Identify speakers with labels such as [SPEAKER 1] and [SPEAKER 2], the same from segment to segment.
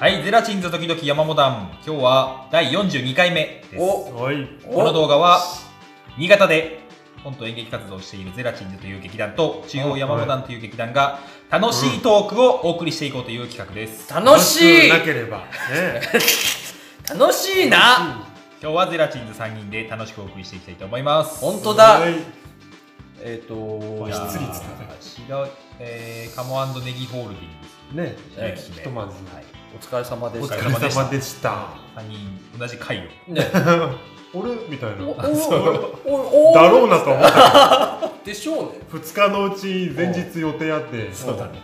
[SPEAKER 1] はい、ゼラチンズ時々山モダン。今日は第42回目です。こ
[SPEAKER 2] お
[SPEAKER 3] はい。
[SPEAKER 2] お
[SPEAKER 1] の動画は、新潟で本と演劇活動をしているゼラチンズという劇団と、中央山モダンという劇団が、楽しいトークをお送りしていこうという企画です。
[SPEAKER 2] 楽しい
[SPEAKER 3] なければ。ね。
[SPEAKER 2] 楽しいな
[SPEAKER 1] 今日はゼラチンズ3人で楽しくお送りしていきたいと思います。
[SPEAKER 2] 本当だ
[SPEAKER 3] はい
[SPEAKER 2] えっ、と
[SPEAKER 3] 当
[SPEAKER 1] いやー
[SPEAKER 3] 失礼です
[SPEAKER 1] 違う、えー、カモネギホールディングス。
[SPEAKER 3] ね。
[SPEAKER 2] え
[SPEAKER 1] ひ
[SPEAKER 3] ひとまず
[SPEAKER 1] はい、
[SPEAKER 2] お疲れ様で
[SPEAKER 3] お
[SPEAKER 2] した
[SPEAKER 3] 疲れ様でした。
[SPEAKER 1] 3人同じ回を。
[SPEAKER 2] ね
[SPEAKER 3] 俺みたい
[SPEAKER 2] お
[SPEAKER 3] な。
[SPEAKER 2] お
[SPEAKER 3] だ
[SPEAKER 2] おおお
[SPEAKER 3] ろうなと思った。
[SPEAKER 2] でしょうね
[SPEAKER 3] 2日のうち前日予定あって、
[SPEAKER 2] そうだね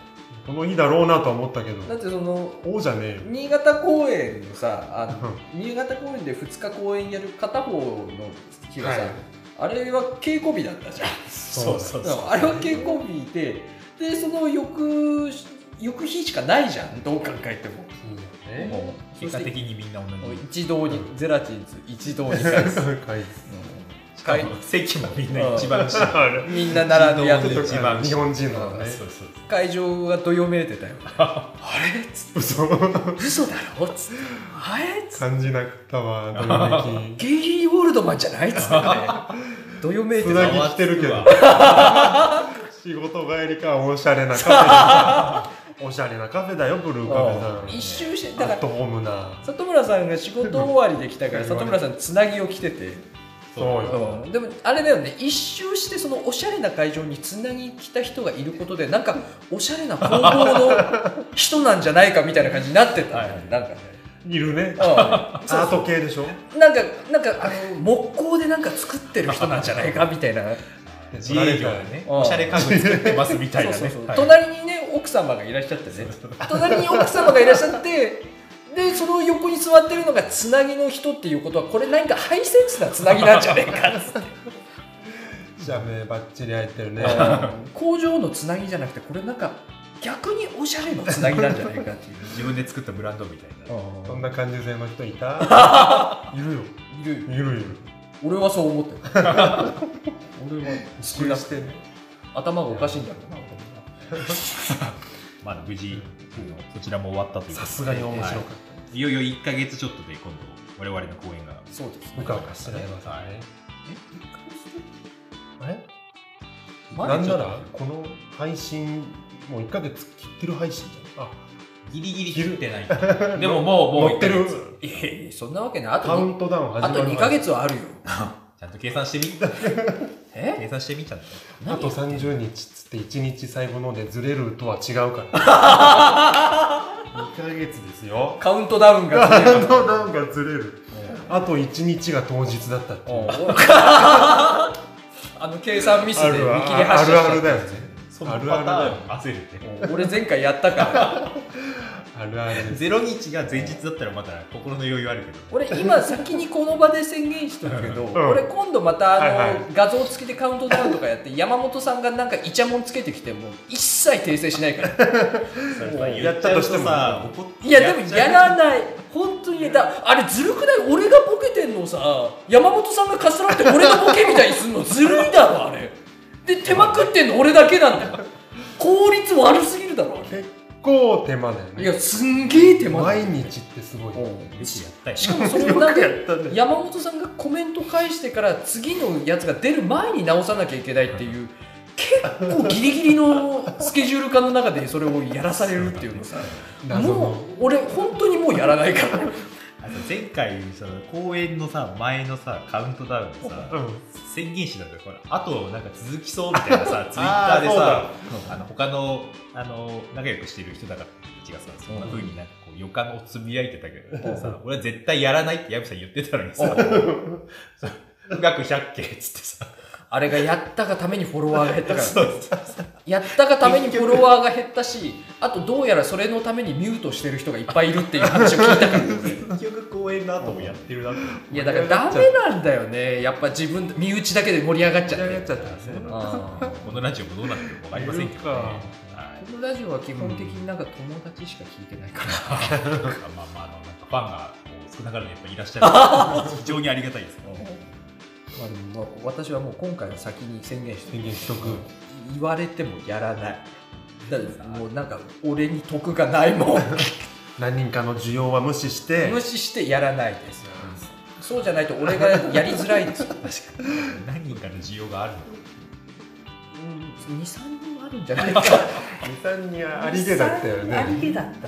[SPEAKER 3] この日だろうなと思ったけ
[SPEAKER 2] だっ
[SPEAKER 3] ど、
[SPEAKER 2] てその
[SPEAKER 3] 王じゃね
[SPEAKER 2] 新潟公演のさあの新潟公演で2日公演やる片方の日
[SPEAKER 3] えよ。
[SPEAKER 2] がさ、あれは稽古日だったじゃん
[SPEAKER 3] そうそう
[SPEAKER 2] だからあれは稽古日ででその翌翌日しかないじゃんどう考えても
[SPEAKER 3] ね。
[SPEAKER 1] もう結果的にみんな同
[SPEAKER 2] もう
[SPEAKER 1] じ。
[SPEAKER 2] 一堂に、ゼラチンズ一堂に会す
[SPEAKER 3] はい
[SPEAKER 1] しかも席もみんな一 番下。
[SPEAKER 3] あれ
[SPEAKER 2] みんな並んでやっ
[SPEAKER 3] ち
[SPEAKER 2] て
[SPEAKER 3] ょっ
[SPEAKER 2] る
[SPEAKER 3] と
[SPEAKER 1] 一番
[SPEAKER 3] 日本人のね。
[SPEAKER 1] そうそうそう
[SPEAKER 2] 会場がどよめいてた よあれっつっ
[SPEAKER 3] 嘘
[SPEAKER 2] て嘘だろっつってあれっつって
[SPEAKER 3] 感じなかったわ、どよ めき。
[SPEAKER 2] ゲイリー・ウォールドマンじゃないっつってねどよめいて
[SPEAKER 3] つ
[SPEAKER 2] た
[SPEAKER 3] な
[SPEAKER 2] わ
[SPEAKER 3] ぎ来てるけど。仕事帰りか、おしゃれなカフェ だ。おしゃれなカフェだよ、ブルーカフェ
[SPEAKER 2] うん
[SPEAKER 3] だ。
[SPEAKER 2] 一周して
[SPEAKER 3] ア
[SPEAKER 2] だか
[SPEAKER 3] ット
[SPEAKER 2] ら
[SPEAKER 3] ホームな。
[SPEAKER 2] 里村さんが仕事終わりで来たから里村さんつなぎを着てて、
[SPEAKER 3] そうよ。
[SPEAKER 2] うん、でもあれだよね一周してそのおしゃれな会場につなぎ来た人がいることでなんかおしゃれな高校の人なんじゃないかみたいな感じになってた、
[SPEAKER 1] はい
[SPEAKER 2] なんかね
[SPEAKER 3] いるね。
[SPEAKER 2] うん
[SPEAKER 3] ア
[SPEAKER 2] そう
[SPEAKER 3] ート系でしょ
[SPEAKER 2] なんか、なんか、あの、木工でなんか作ってる人なんじゃ ないかみたいな。
[SPEAKER 1] 自営業でね、
[SPEAKER 2] うん
[SPEAKER 1] おしゃれ家具作ってますみたいな
[SPEAKER 2] そう
[SPEAKER 1] ね
[SPEAKER 2] そうそう。
[SPEAKER 1] はい
[SPEAKER 2] 隣にね、奥様がいらっしゃって ね。隣に奥様がいらっしゃって、で、その横に座ってるのがつなぎの人っていうことは、これ何かハイセンスなつなぎなんじゃないかっつって。
[SPEAKER 3] 社名ばっちり入っ てるね。
[SPEAKER 2] 工場のつなぎじゃなくて、これなんか、逆におしゃれのつなぎなんじゃないかっていう。
[SPEAKER 1] 自分で作ったブランドみたいな。
[SPEAKER 3] そんな感受性の人いた いるよ。
[SPEAKER 2] いる
[SPEAKER 3] いるいる。
[SPEAKER 2] 俺はそう思ってる 俺は
[SPEAKER 3] 支援してね。
[SPEAKER 2] 頭がおかしいんだろうな
[SPEAKER 1] まだ無事、そちらも終わったということで
[SPEAKER 3] さすがに面白かっ
[SPEAKER 1] は。いいよいよ1ヶ月ちょっとで今度、我々の公演が。
[SPEAKER 2] そうです
[SPEAKER 3] うかうかしてないます
[SPEAKER 1] はい
[SPEAKER 3] ね。え
[SPEAKER 2] 前
[SPEAKER 3] なん
[SPEAKER 2] ちょ
[SPEAKER 3] な
[SPEAKER 2] っと
[SPEAKER 3] ら、この配信、もう1ヶ月切ってる配信じゃん。
[SPEAKER 1] ギリギリ切って ない。でももう、もう
[SPEAKER 3] 乗ってる
[SPEAKER 1] 一ヶ月
[SPEAKER 2] いやいやそんなわけないあと
[SPEAKER 3] カウン
[SPEAKER 2] に
[SPEAKER 3] トダウン始ま
[SPEAKER 2] あ
[SPEAKER 3] る
[SPEAKER 2] と2ヶ月はあるよ
[SPEAKER 1] ちゃんと計算してみ。
[SPEAKER 2] え
[SPEAKER 1] 計算してみちゃんと。
[SPEAKER 3] あと30日っつって1日最後のでずれるとは違うから。2 ヶ月ですよ。
[SPEAKER 2] カウントダウンが
[SPEAKER 3] カ
[SPEAKER 2] 続
[SPEAKER 3] ウ
[SPEAKER 2] い
[SPEAKER 3] ン
[SPEAKER 2] て
[SPEAKER 3] トダウンがずれる。あと1日が当日だったっていう。
[SPEAKER 2] る あの計算ミスで見切り
[SPEAKER 3] あ
[SPEAKER 2] 発
[SPEAKER 3] る
[SPEAKER 2] 車しちゃ
[SPEAKER 3] ある
[SPEAKER 2] っ
[SPEAKER 3] だよね。
[SPEAKER 1] その
[SPEAKER 3] あ
[SPEAKER 1] パ
[SPEAKER 3] るあるだよ。
[SPEAKER 1] ターン焦るね。
[SPEAKER 2] た俺前回やった から
[SPEAKER 3] あるあるです。
[SPEAKER 1] ゼロ日が前日だったらまだ心の余裕あるけど。
[SPEAKER 2] 俺今先にこの場で宣言しとくけど、俺今度またあの、
[SPEAKER 3] はいはい
[SPEAKER 2] 画像付きでカウントダウンとかやって山本さんがなんかイチャモンつけてきても一切訂正しないから
[SPEAKER 1] それさ
[SPEAKER 2] もう
[SPEAKER 1] 言っちゃうとさ、怒っ
[SPEAKER 2] いやでも
[SPEAKER 1] ちゃ
[SPEAKER 2] や
[SPEAKER 1] う
[SPEAKER 2] らない本当にだあれずるくない俺がボケてんのをさ山本さんがかっさらって俺がボケみたいにすんのずるいだろあれで手間食ってんの俺だけなんだよ効率悪すぎるだろあれ
[SPEAKER 3] 結構手間だよ
[SPEAKER 2] い
[SPEAKER 3] ね。
[SPEAKER 2] やすんげえ手間だよ
[SPEAKER 3] 毎日ってすごい。
[SPEAKER 2] うん
[SPEAKER 1] うちやったよ。
[SPEAKER 2] しかもそれをなんか
[SPEAKER 3] よくやったね
[SPEAKER 2] 山本さんがコメント返してから次のやつが出る前に直さなきゃいけないっていう結構ギリギリのスケジュール感の中でそれをやらされるっていう のさ
[SPEAKER 3] 謎
[SPEAKER 2] もう
[SPEAKER 3] の。
[SPEAKER 2] 俺本当にもうやらないから
[SPEAKER 1] あと前回その公演のさ前のさカウントダウンで
[SPEAKER 3] う
[SPEAKER 1] さ
[SPEAKER 3] ん。
[SPEAKER 1] 宣言してたんだよこれあとなんか続きそうみたいなさツイッターでさ
[SPEAKER 3] あ
[SPEAKER 1] あの他のあの仲良くしてる人だからたちがさそんな風になんかこう予感をつぶやいてたけどさ俺は絶対やらないって矢部さん言ってたのにさ「富岳100件」っつってさ
[SPEAKER 2] あれがやったがためにフォロワーが減ったか
[SPEAKER 1] そ
[SPEAKER 2] ら
[SPEAKER 1] うそうそう
[SPEAKER 2] やったがためにフォロワーが減ったしあとどうやらそれのためにミュートしてる人がいっぱいいるっていう話を聞いた から
[SPEAKER 1] 結局公演の後もやってるなって
[SPEAKER 2] いやだからダメなんだよねやっぱ自分身内だけで盛り上がっちゃっ
[SPEAKER 3] 盛り上がっち
[SPEAKER 2] て
[SPEAKER 3] ゃったんですね。
[SPEAKER 2] あ
[SPEAKER 1] このラジオもどうなってるか分かりませんけどね
[SPEAKER 3] いるか
[SPEAKER 1] はい
[SPEAKER 2] ーこのラジオは基本的になんか友達しか聞いてないから
[SPEAKER 1] まあまああのなんかファンがこう少なからずやっぱいらっしゃる非常にありがたいですけど
[SPEAKER 2] まあでもまあ私はもう今回は先に宣言して
[SPEAKER 3] 宣言しとく。
[SPEAKER 2] 言 われてもやらないだってもうなんか俺に得がないもん
[SPEAKER 3] 何人かの需要は無視して
[SPEAKER 2] 無視してやらないですそうじゃないと俺がやりづらいですよ
[SPEAKER 1] 何人かの需要があるの
[SPEAKER 2] 23人あるんじゃないか
[SPEAKER 3] 23人 はありげだったよ
[SPEAKER 2] あり
[SPEAKER 3] ね
[SPEAKER 2] げだったんだ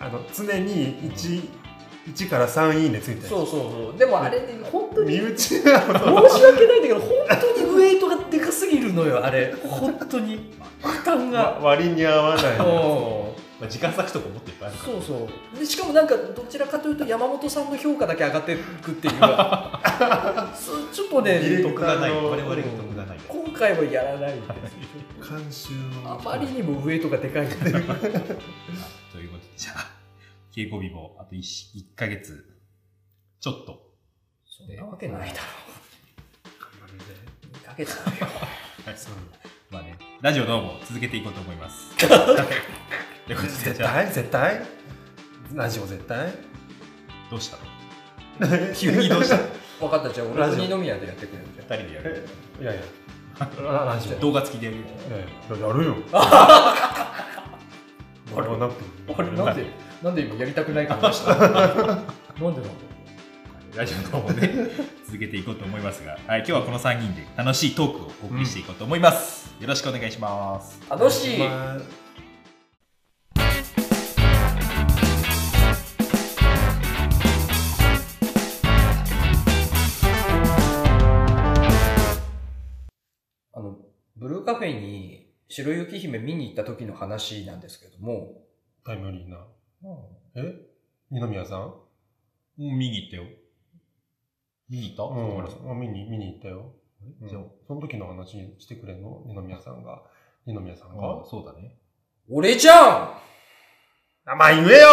[SPEAKER 3] あの常に 1, 1から3いいねついてる
[SPEAKER 2] そうそうそうでもあれね本当に
[SPEAKER 3] 身内が
[SPEAKER 2] 申し訳ないんだけど本当にウエイトがでかすぎるのよあれ本当に負担が
[SPEAKER 3] 割に合わな
[SPEAKER 2] う
[SPEAKER 3] い
[SPEAKER 2] ん
[SPEAKER 1] まあ、時間割くとこもっといっぱいあるから
[SPEAKER 2] そうそうでしかもなんかどちらかというと山本さんの評価だけ上がってく っていうそうちょっと
[SPEAKER 3] ディレ
[SPEAKER 2] ね
[SPEAKER 3] ク
[SPEAKER 1] 得がない
[SPEAKER 3] あの
[SPEAKER 1] 我々に得がない
[SPEAKER 2] 今回はやらないんです
[SPEAKER 3] 監修
[SPEAKER 2] あ
[SPEAKER 3] の
[SPEAKER 2] まりにもウエイトがでかいんで
[SPEAKER 1] ということでじゃあ稽古日もあと 1, 一ヶ月ちょっと
[SPEAKER 2] そんなわけないだろう2ヶ月だよ
[SPEAKER 3] そう
[SPEAKER 1] まあねラジオどうも続けていこうと思いますということで
[SPEAKER 3] 絶
[SPEAKER 1] じゃあ
[SPEAKER 3] 対絶対ラジオ絶対
[SPEAKER 1] どうしたの急にどうした の
[SPEAKER 2] 分かったじゃあ俺と二宮でやってくれるじゃん
[SPEAKER 1] 二人でやる
[SPEAKER 3] いやいやララジオ
[SPEAKER 1] 動画付きでやるよ
[SPEAKER 3] いやいやや るよやらなくて
[SPEAKER 2] あれなんでなんで今やりたくない顔した なんでなんだ
[SPEAKER 1] ラジオの方もね続けていこうと思いますが、はい、今日はこの3人で楽しいトークをお送りしていこうと思います、よろしくお願いします
[SPEAKER 2] 楽しい
[SPEAKER 3] まあ
[SPEAKER 2] あの、ブルーカフェに白雪姫見に行った時の話なんですけども、
[SPEAKER 3] タイムリーなえ二宮さん
[SPEAKER 1] うん見に行ったよ見に行った、
[SPEAKER 3] うん
[SPEAKER 1] 小原さん
[SPEAKER 3] あ見に、見に行ったよ。
[SPEAKER 2] うん
[SPEAKER 3] じゃあ、その時の話してくれんの二宮さんが。二宮さん
[SPEAKER 1] あ
[SPEAKER 3] が。
[SPEAKER 1] そうだね
[SPEAKER 2] 俺じゃ
[SPEAKER 3] あ、まあ言えよ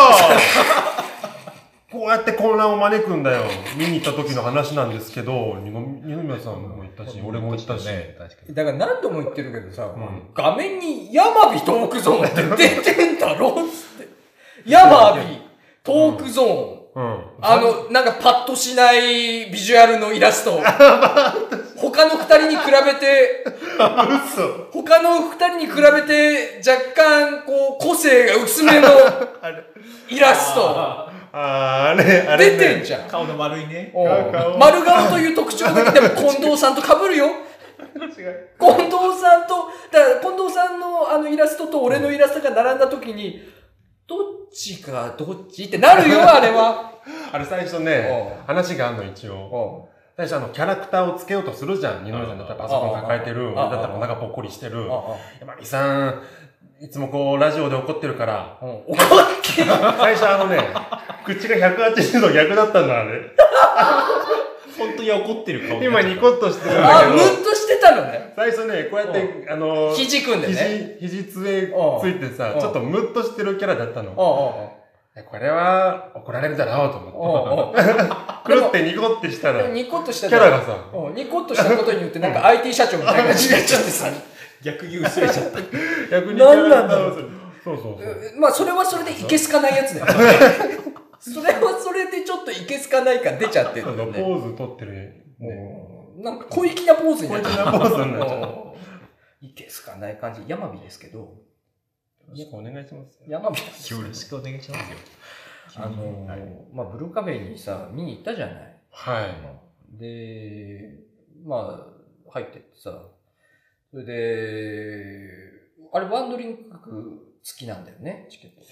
[SPEAKER 3] こうやって混乱を招くんだよ。見に行った時の話なんですけど、二二宮さんも行ったし、俺も行ったし。
[SPEAKER 1] ね確か
[SPEAKER 2] んだから何度も言ってるけどさ、
[SPEAKER 3] ん
[SPEAKER 2] 画面にヤマビトークゾーン って出てんだろっつって。ヤマビトークゾーン。
[SPEAKER 3] うん。
[SPEAKER 2] あの、なんかパッとしないビジュアルのイラス ト。他の二人に比べて、
[SPEAKER 3] 嘘
[SPEAKER 2] 他の二人に比べて若干こう個性が薄めの
[SPEAKER 3] あれ、
[SPEAKER 2] イラスト。
[SPEAKER 3] あーあれ、あれ、
[SPEAKER 2] 出てんじゃん
[SPEAKER 1] に。顔の丸いね
[SPEAKER 2] おう
[SPEAKER 3] 顔
[SPEAKER 2] 丸顔という特徴だけでも近藤さんと被るよ近藤さんとだから近藤さんのあのイラストと俺のイラストが並んだ時にどっちがどっちってなる よあれは
[SPEAKER 3] あれ最初ね
[SPEAKER 2] う、
[SPEAKER 3] 話があんの一応。最初あの、キャラクターをつけようとするじゃん。二宮さんだったらパソコン抱えて
[SPEAKER 2] うん
[SPEAKER 3] る。俺だったらお腹ぽっこりしてる。
[SPEAKER 2] あ
[SPEAKER 3] 山美さん、いつもこう、ラジオで怒ってるから、
[SPEAKER 2] あうん怒ってる
[SPEAKER 3] 最初あ のね、口が180度逆だったんだ、あれ。
[SPEAKER 1] 本当に怒ってる顔
[SPEAKER 3] 今ニコッとしてるんだ
[SPEAKER 2] あ
[SPEAKER 3] け
[SPEAKER 2] ム
[SPEAKER 3] ど、
[SPEAKER 2] ッとしてたのね
[SPEAKER 3] 最初ね、こうやって、あの、
[SPEAKER 2] 肘組んでね
[SPEAKER 3] 肘、肘杖ついてさ
[SPEAKER 2] う、ん
[SPEAKER 3] ちょっとムッとしてるキャラだった
[SPEAKER 2] お
[SPEAKER 3] の。
[SPEAKER 2] う
[SPEAKER 3] これは怒られるだろうと
[SPEAKER 2] おう
[SPEAKER 3] 思っ
[SPEAKER 2] おうお う
[SPEAKER 3] て。くるってニコってした
[SPEAKER 2] でも
[SPEAKER 3] ら、キ
[SPEAKER 2] ニコッとした
[SPEAKER 3] ャラがさ、
[SPEAKER 2] うんニコッとしたことによってなんか IT 社長みたいな感じになっちゃってさ
[SPEAKER 1] 逆優勢ちゃった
[SPEAKER 3] 逆に
[SPEAKER 2] 何なんだろう
[SPEAKER 3] キャラクターをそうそうそう。
[SPEAKER 2] まあ、それはそれでいけすかないやつ だよ。それはそれでちょっといけすかない感出ちゃってる
[SPEAKER 3] あ
[SPEAKER 2] んだ
[SPEAKER 3] の
[SPEAKER 2] よ
[SPEAKER 3] ポ
[SPEAKER 2] ね。
[SPEAKER 3] ーズ取ってるね。
[SPEAKER 2] うんなんか小粋なポーズに
[SPEAKER 3] こ
[SPEAKER 2] な
[SPEAKER 3] うい
[SPEAKER 2] っ
[SPEAKER 3] う
[SPEAKER 2] ち
[SPEAKER 3] ポ
[SPEAKER 2] ゃっ
[SPEAKER 3] ーズになっちゃう。
[SPEAKER 2] た。いけすかない感じ。ヤマビですけど。
[SPEAKER 3] よろしくお願いします。
[SPEAKER 2] ヤマビですけど
[SPEAKER 1] よろしくお願いしますよ
[SPEAKER 2] あの
[SPEAKER 1] はい
[SPEAKER 2] ー、まあ、ブルーカフェにさ、見に行ったじゃない。
[SPEAKER 3] はい。
[SPEAKER 2] で、まあ、入ってってさ、それで、あれワンドリンク付きなんだよね、チケットが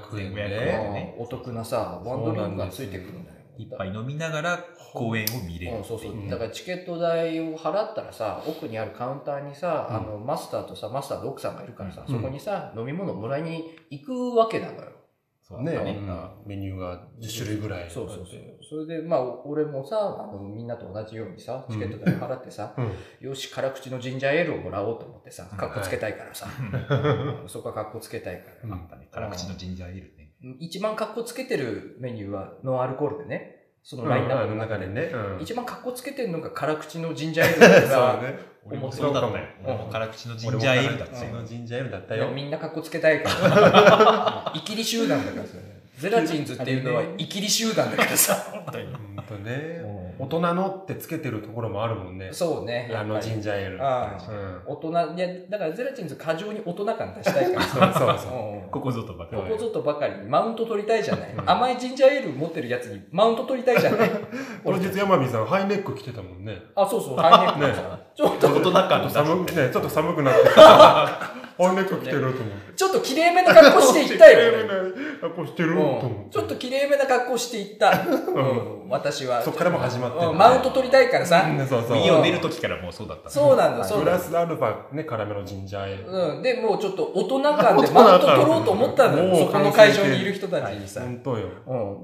[SPEAKER 2] さ
[SPEAKER 3] 1500円
[SPEAKER 1] 1500
[SPEAKER 2] あ
[SPEAKER 1] 円
[SPEAKER 3] で。
[SPEAKER 2] ーお得なさ、ワンドリンクがついてくるんだよ。
[SPEAKER 1] 一杯飲みながら公演を見れ
[SPEAKER 2] う
[SPEAKER 1] る
[SPEAKER 2] ん、そうそう
[SPEAKER 3] うん
[SPEAKER 2] だからチケット代を払ったらさ奥にあるカウンターにさ、
[SPEAKER 3] うん
[SPEAKER 2] あのマスターとさマスターの奥さんがいるからさ、
[SPEAKER 3] うん
[SPEAKER 2] そこにさ飲み物もらいに行くわけだから、
[SPEAKER 1] そう
[SPEAKER 3] ね
[SPEAKER 1] だ
[SPEAKER 2] ね
[SPEAKER 3] メニューが10種類ぐらい。
[SPEAKER 2] そうそうそうそれでまあ俺もさあのみんなと同じようにさチケット代払ってさ、
[SPEAKER 3] うん。
[SPEAKER 2] よし辛口のジンジャーエールをもらおうと思ってさ
[SPEAKER 1] うん
[SPEAKER 2] かっこつけたいから さ、うんそこはかっこつけたいから、
[SPEAKER 1] あったね辛口のジンジャーエールね
[SPEAKER 2] 一番かっこつけてるメニューはノンアルコールでねそのラ
[SPEAKER 3] ライ
[SPEAKER 2] イン
[SPEAKER 3] ン
[SPEAKER 2] ナッ
[SPEAKER 3] ナ
[SPEAKER 2] プ
[SPEAKER 3] ップ
[SPEAKER 2] の
[SPEAKER 3] の
[SPEAKER 2] 中
[SPEAKER 3] 中
[SPEAKER 2] で、
[SPEAKER 3] でね。うん
[SPEAKER 2] 一番かっこつけてるのが辛口のジンジャーエールだからさ
[SPEAKER 3] ね。
[SPEAKER 1] 俺もそうだったよ俺も辛口のジンジャーエールだった
[SPEAKER 2] 俺も辛口
[SPEAKER 1] よ
[SPEAKER 3] のジンジャーエールだった
[SPEAKER 2] いや
[SPEAKER 3] よ。
[SPEAKER 2] みんな格好つけたいから。イキリ集団だからそれ。ゼラチンズっていうのはイキリ集団だからさ本当に
[SPEAKER 3] 本当ね。大人のってつけてるところもあるもんね。
[SPEAKER 2] そうねや
[SPEAKER 3] あ
[SPEAKER 2] っぱ
[SPEAKER 3] のジ
[SPEAKER 2] り
[SPEAKER 3] ンジャーエールって
[SPEAKER 2] ああ
[SPEAKER 3] うん
[SPEAKER 2] 大人いやだからゼラチンズ過剰に大人感出したいから
[SPEAKER 3] そう そうそう。
[SPEAKER 2] うん
[SPEAKER 1] ここぞとばか
[SPEAKER 2] こ
[SPEAKER 1] り
[SPEAKER 2] こぞとばかりにマウント取りたいじゃない
[SPEAKER 3] うん
[SPEAKER 2] 甘いジンジャーエール持ってるやつにマウント取りたいじゃない
[SPEAKER 3] 俺実山美さんハイネック着てたもんね。
[SPEAKER 2] あそうそうハイネックのさちょっと
[SPEAKER 1] 大人感
[SPEAKER 3] ち
[SPEAKER 1] 出し
[SPEAKER 3] ょっと
[SPEAKER 1] て
[SPEAKER 3] 寒くね、ちょっと寒くなってきた。ハイネック着てると思って。
[SPEAKER 2] ちょっときれいめな格好していったよ、ね
[SPEAKER 3] あ、こうしてると思
[SPEAKER 2] うん、
[SPEAKER 3] て
[SPEAKER 2] ちょっときれいめな格好していった、うん、私は
[SPEAKER 3] そっからもう始まってる
[SPEAKER 2] うんマウント取りたいからさ、
[SPEAKER 3] うんそうそう。
[SPEAKER 1] 家を出る時からもうそうだった
[SPEAKER 2] そうなんだ、
[SPEAKER 1] はい
[SPEAKER 2] そう
[SPEAKER 3] プ
[SPEAKER 2] な
[SPEAKER 3] ラ
[SPEAKER 2] んだ
[SPEAKER 3] スアルファね、辛めのジンジャーエール。
[SPEAKER 2] うん、でもうちょっと大人感でマウント取ろうと思ったのよ
[SPEAKER 3] もう
[SPEAKER 2] そこの会場にいる人たちにさ、
[SPEAKER 3] 本当よ。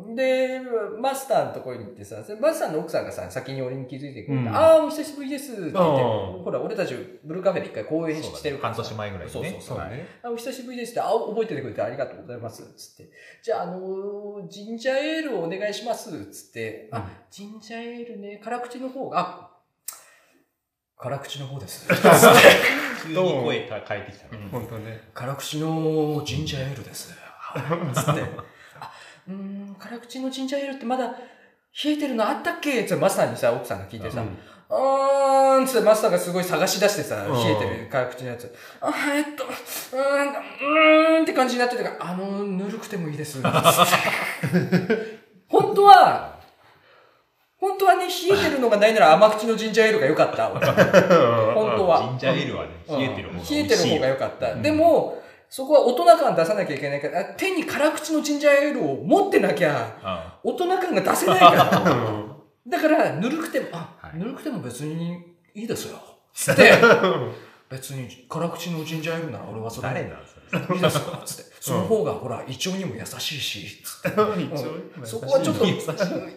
[SPEAKER 2] うん、でマスターのところに行ってさマスターの奥さんがさ先に俺に気づいてくれて「
[SPEAKER 3] うん
[SPEAKER 2] ああお久しぶりです」って言って
[SPEAKER 3] ああ
[SPEAKER 2] ほら俺たちブルーカフェで一回公演してるから
[SPEAKER 1] そうだね半年前ぐらいにね
[SPEAKER 2] そうそうそう
[SPEAKER 3] そうね。
[SPEAKER 2] あお久しぶりですって、あ、覚えててくれてありがとうございます、つって。じゃあ、あのージンジャーエールをお願いします、つって。
[SPEAKER 3] うん
[SPEAKER 2] あ、ジンジャーエールね、辛口の方が、あ、辛口の方です。
[SPEAKER 1] 急に声が変えてきたね
[SPEAKER 3] 本当ね。
[SPEAKER 2] 辛口のジンジャーエールです。はい、つって。あ、うーん、辛口のジンジャーエールってまだ冷えてるのあったっけつってマスターにさ、奥さんが聞いてさ、うーんつってマスターがすごい探し出してさ、
[SPEAKER 3] うん
[SPEAKER 2] 冷えてる辛口のやつ。あ、えっと、うーん、うーんって感じになってたから、あの、ぬるくてもいいです。つって 本当は、本当はね、冷えてるのがないなら甘口のジンジャーエールが良 かった。俺本当は。
[SPEAKER 1] ジンジャーエールはね冷えてる方が
[SPEAKER 2] 冷えてる方が良かった。
[SPEAKER 3] うん
[SPEAKER 2] でも、そこは大人感出さなきゃいけないから、あ手に辛口のジンジャーエールを持ってなきゃ、
[SPEAKER 1] が
[SPEAKER 2] 大人感が出せないから。
[SPEAKER 3] うん
[SPEAKER 2] だから、ぬるくても、あ、
[SPEAKER 1] はい
[SPEAKER 2] ぬるくても別にいい ですよ。つって、別に辛口のジンジャーエールなら俺はそれ
[SPEAKER 1] 誰
[SPEAKER 2] い
[SPEAKER 1] なんですか
[SPEAKER 2] いですよ。つって、その方がほら、胃腸にも優しいし、つって。
[SPEAKER 3] うん
[SPEAKER 2] そこはちょっと、
[SPEAKER 1] 優しい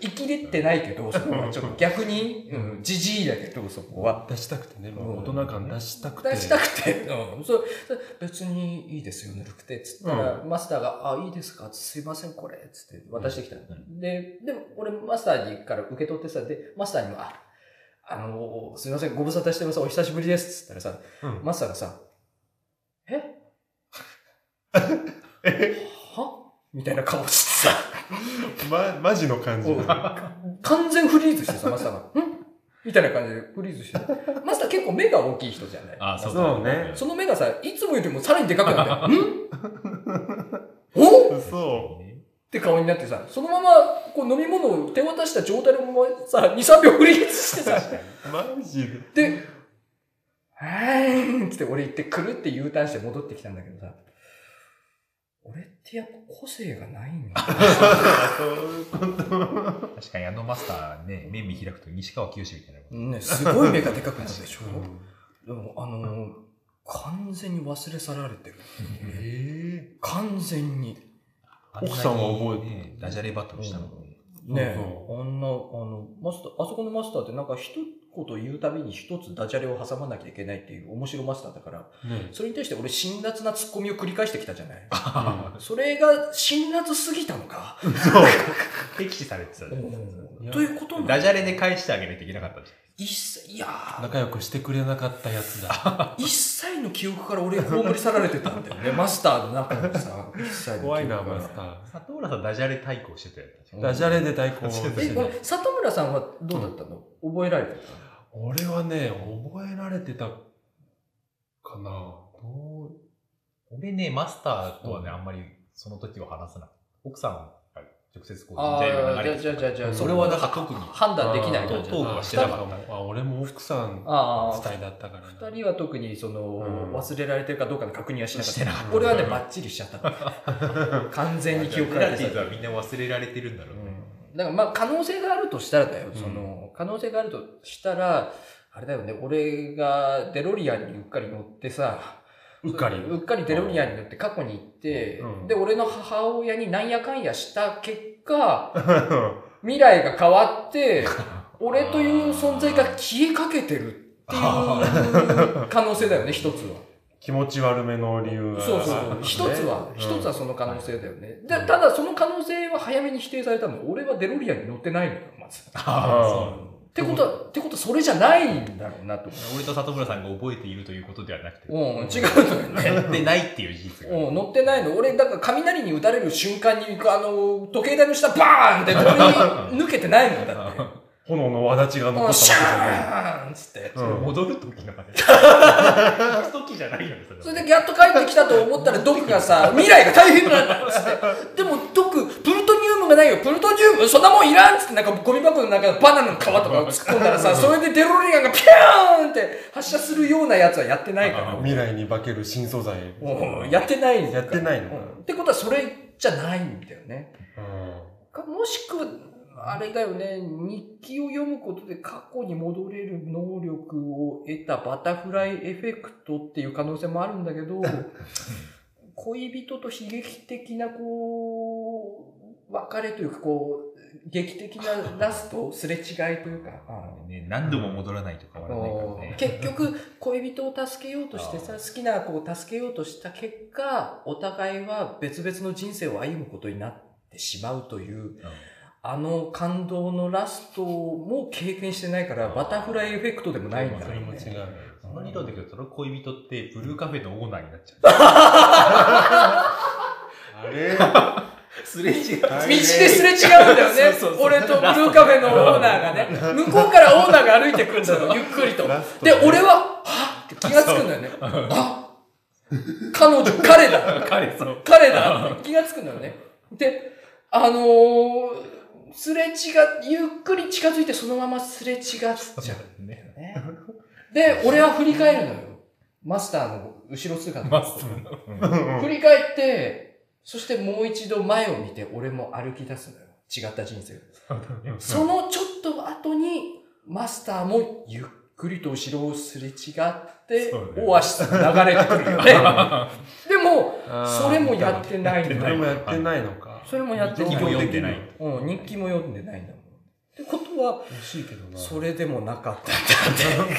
[SPEAKER 2] 生きれてないけど、そこはちょっと逆に、うん、じじいだけど、そこは。
[SPEAKER 3] 出したくてね、
[SPEAKER 2] うん
[SPEAKER 3] もう大人感出したくて。
[SPEAKER 2] 出したくて、うん、それそれ別にいいですよ、ぬるくて、つったら、マスターが、あ、いいですか、すいません、これ、つって渡してきたの、
[SPEAKER 1] う
[SPEAKER 2] で、でも、俺、マスターにから受け取ってさ、で、マスターにも、あ、あのすいません、ご無沙汰してます、お久しぶりです、つったらさ、
[SPEAKER 3] うん
[SPEAKER 2] マスターがさ、 えはみたいな顔してさ、
[SPEAKER 3] ま、マジの感じ。
[SPEAKER 2] おう完全フリーズしてさ、マスター が、んみたいな感じでフリーズして、マスター結構目が大きい人じゃない
[SPEAKER 1] あそう
[SPEAKER 3] そうね
[SPEAKER 2] その目がさ、いつもよりもさらにでかくなって、んおっ
[SPEAKER 3] そ
[SPEAKER 2] て顔になってさ、そのままこう飲み物を手渡した状態のままさ、2、3秒フリーズしてさ、
[SPEAKER 3] う。マジで。
[SPEAKER 2] で、はーいっつって俺行ってくるって U ターンして戻ってきたんだけどさ、俺ってやっぱ個性がないんだ。
[SPEAKER 1] 確かにあのマスターね目見開くと西川きよしみたいな
[SPEAKER 2] ね、すごい目がでかくなるでしょ
[SPEAKER 3] うん
[SPEAKER 2] でもあのー完全に忘れ去られてる。
[SPEAKER 3] え
[SPEAKER 2] 完全に。
[SPEAKER 3] 奥さんは覚えて
[SPEAKER 1] あんなにねダジャレバトルしたのに
[SPEAKER 2] ねえ、
[SPEAKER 3] う
[SPEAKER 2] あんな、あの、マスター、あそこのマスターってなんか一言言うたびに一つダジャレを挟まなきゃいけないっていう面白マスターだから、
[SPEAKER 3] え。ね
[SPEAKER 2] それに対して俺辛辣なツッコミを繰り返してきたじゃない。
[SPEAKER 3] え。
[SPEAKER 2] それが辛辣すぎたのか。
[SPEAKER 1] 敵視されてたじゃん
[SPEAKER 3] や
[SPEAKER 2] ということな
[SPEAKER 1] ダ
[SPEAKER 2] の
[SPEAKER 1] ジャレで返してあげないといけなかったじ
[SPEAKER 2] 一切、いやー
[SPEAKER 3] 仲良くしてくれなかったやつだ。
[SPEAKER 2] 一切の記憶から俺葬り去られてたんだよね。マスターの中のさ、一切の記憶 から
[SPEAKER 3] 怖いな、マスター
[SPEAKER 1] ゃん。里村さんダジャレ対抗してたよ
[SPEAKER 2] う
[SPEAKER 1] ね
[SPEAKER 2] ん
[SPEAKER 3] ダジャレで対抗して
[SPEAKER 2] え、これ里村さんはどうだったの、覚えられて
[SPEAKER 3] 俺はね、覚えられてたかな。ど
[SPEAKER 1] 俺ねマスターとはねあんまりその時は話さない奥さんが直接こう
[SPEAKER 2] たあ
[SPEAKER 1] ジャレ
[SPEAKER 2] あ
[SPEAKER 1] が
[SPEAKER 2] ー、
[SPEAKER 1] 流
[SPEAKER 2] じゃ
[SPEAKER 1] れて
[SPEAKER 2] あじゃあじゃあじゃあ、
[SPEAKER 3] うん
[SPEAKER 2] それはなんか
[SPEAKER 1] 特に
[SPEAKER 2] 判断できない
[SPEAKER 1] ト
[SPEAKER 2] 感じだ
[SPEAKER 1] ー
[SPEAKER 2] っ
[SPEAKER 1] ク
[SPEAKER 2] た
[SPEAKER 1] はしてなか
[SPEAKER 3] う
[SPEAKER 1] っ
[SPEAKER 3] あ、俺も奥さん
[SPEAKER 2] ああ
[SPEAKER 3] 主、体だったからな。
[SPEAKER 2] 二人は特にその、
[SPEAKER 3] ん
[SPEAKER 2] 忘れられてるかどうかの確認はしなかっ
[SPEAKER 1] してな
[SPEAKER 2] た
[SPEAKER 1] か
[SPEAKER 3] った
[SPEAKER 2] 俺はねバッチリしちゃった完全に記憶から
[SPEAKER 1] ラテ
[SPEAKER 2] 消
[SPEAKER 1] ィ
[SPEAKER 2] え
[SPEAKER 1] と
[SPEAKER 2] た
[SPEAKER 1] はみんな忘れられてるんだろうね
[SPEAKER 2] だからまあ可能性があるとしたらだよ、その可能性があるとしたらあれだよね俺がデロリアンにうっかり乗ってさ
[SPEAKER 3] うっかり。
[SPEAKER 2] うっかりデロリアンに乗って過去に行って、
[SPEAKER 3] うん
[SPEAKER 2] で俺の母親になんやかんやした結果未来が変わ って、俺という存在が消えかけてるっていう可能性だよね、一つ は。
[SPEAKER 3] 気持ち悪めの理由が
[SPEAKER 2] そう
[SPEAKER 3] ある
[SPEAKER 2] そう
[SPEAKER 3] ね。
[SPEAKER 2] 一つは、
[SPEAKER 3] うん
[SPEAKER 2] 一つはその可能性だよね。で
[SPEAKER 3] うん
[SPEAKER 2] た だその可能性は早めに否定されたの。俺はデロリアンに乗ってないのよ、まず。
[SPEAKER 1] ああそう
[SPEAKER 2] てことは、ってことはそれじゃないんだろうなと。
[SPEAKER 1] 俺と里村さんが覚えているということではなくて、
[SPEAKER 2] うん、違うのよ
[SPEAKER 1] や
[SPEAKER 2] ね。
[SPEAKER 1] ってないっていう事実が。
[SPEAKER 2] うん、乗ってないの。俺、だから雷に打たれる瞬間に、あの、時計台の下、バーンって飛び抜けてないもんだ って。
[SPEAKER 3] 炎の輪立ちが
[SPEAKER 2] う
[SPEAKER 3] 残っ
[SPEAKER 2] ん、
[SPEAKER 3] た
[SPEAKER 2] シ
[SPEAKER 3] わけじゃない。
[SPEAKER 2] ャーンっつって。
[SPEAKER 3] うん
[SPEAKER 1] 戻る時の話。行く時じゃないよね、それは
[SPEAKER 2] それでやっと帰ってきたと思ったらドクが さ、未来が大変なんだっつって。でもドク、プルトニウムがないよ、プルトニウムそんなもんいらんっつって、なんかゴミ箱の中のバナナの皮とかを突っ込んだらさ、それでデロリアンがピューンって発射するようなやつはやってないから。
[SPEAKER 3] 未来に化ける新素材。
[SPEAKER 2] もうやってないんだ
[SPEAKER 3] やってないの
[SPEAKER 2] うんってことはそれじゃないんだよね。
[SPEAKER 3] うん
[SPEAKER 2] かもしくは、あれだよね、日記を読むことで過去に戻れる能力を得たバタフライエフェクトっていう可能性もあるんだけど、恋人と悲劇的なこう、別れというかこう、劇的なラスト、すれ違いというか、
[SPEAKER 1] ね、何度も戻らないと変わらないからね。
[SPEAKER 2] 結局恋人を助けようとしてさ
[SPEAKER 1] あ
[SPEAKER 2] 好きな子を助けようとした結果お互いは別々の人生を歩むことになってしまうというあの感動のラストも経験してないから
[SPEAKER 1] あー
[SPEAKER 2] バタフライエフェクトでもないんだ
[SPEAKER 3] そ
[SPEAKER 2] よ
[SPEAKER 3] れも
[SPEAKER 2] ね
[SPEAKER 3] 違う。
[SPEAKER 1] その理論だけど、その恋人ってブルーカフェのオーナーになっちゃ
[SPEAKER 3] あれ
[SPEAKER 1] う。すれ違う。
[SPEAKER 2] 道ですれ違うんだよね
[SPEAKER 1] そうそうそう
[SPEAKER 2] 俺とブルーカフェのオーナーがね向こうからオーナーが歩いてくるんだよゆっくりと
[SPEAKER 3] ラスト
[SPEAKER 2] で俺ははっって気がつくんだよねあ彼女彼だ
[SPEAKER 1] 彼、そう。
[SPEAKER 2] 彼だって気がつくんだよね。で、あのー、すれ違っ、ゆっくり近づいてそのまますれ違っちゃう。
[SPEAKER 1] ね。
[SPEAKER 2] ね、で、俺は振り返るのよ。マスターの後ろ姿
[SPEAKER 1] マスターの。
[SPEAKER 2] 振り返って、そしてもう一度前を見て俺も歩き出すのよ。違った人生をそのちょっと後に、マスターもゆっくりと後ろをすれ違って
[SPEAKER 1] そう、ね
[SPEAKER 2] オアシス流れてくるよね。 でも、それもやってな
[SPEAKER 1] やっ
[SPEAKER 2] いんだ
[SPEAKER 1] て
[SPEAKER 2] よ
[SPEAKER 3] そ
[SPEAKER 1] な
[SPEAKER 3] れ
[SPEAKER 1] い
[SPEAKER 3] もやってないのか。
[SPEAKER 2] それもやってない
[SPEAKER 1] 日記も読んでない。
[SPEAKER 2] うん、日記も読んでないんだもん。ってことは、
[SPEAKER 3] 欲しいけどな。
[SPEAKER 2] それでもなかったんだって。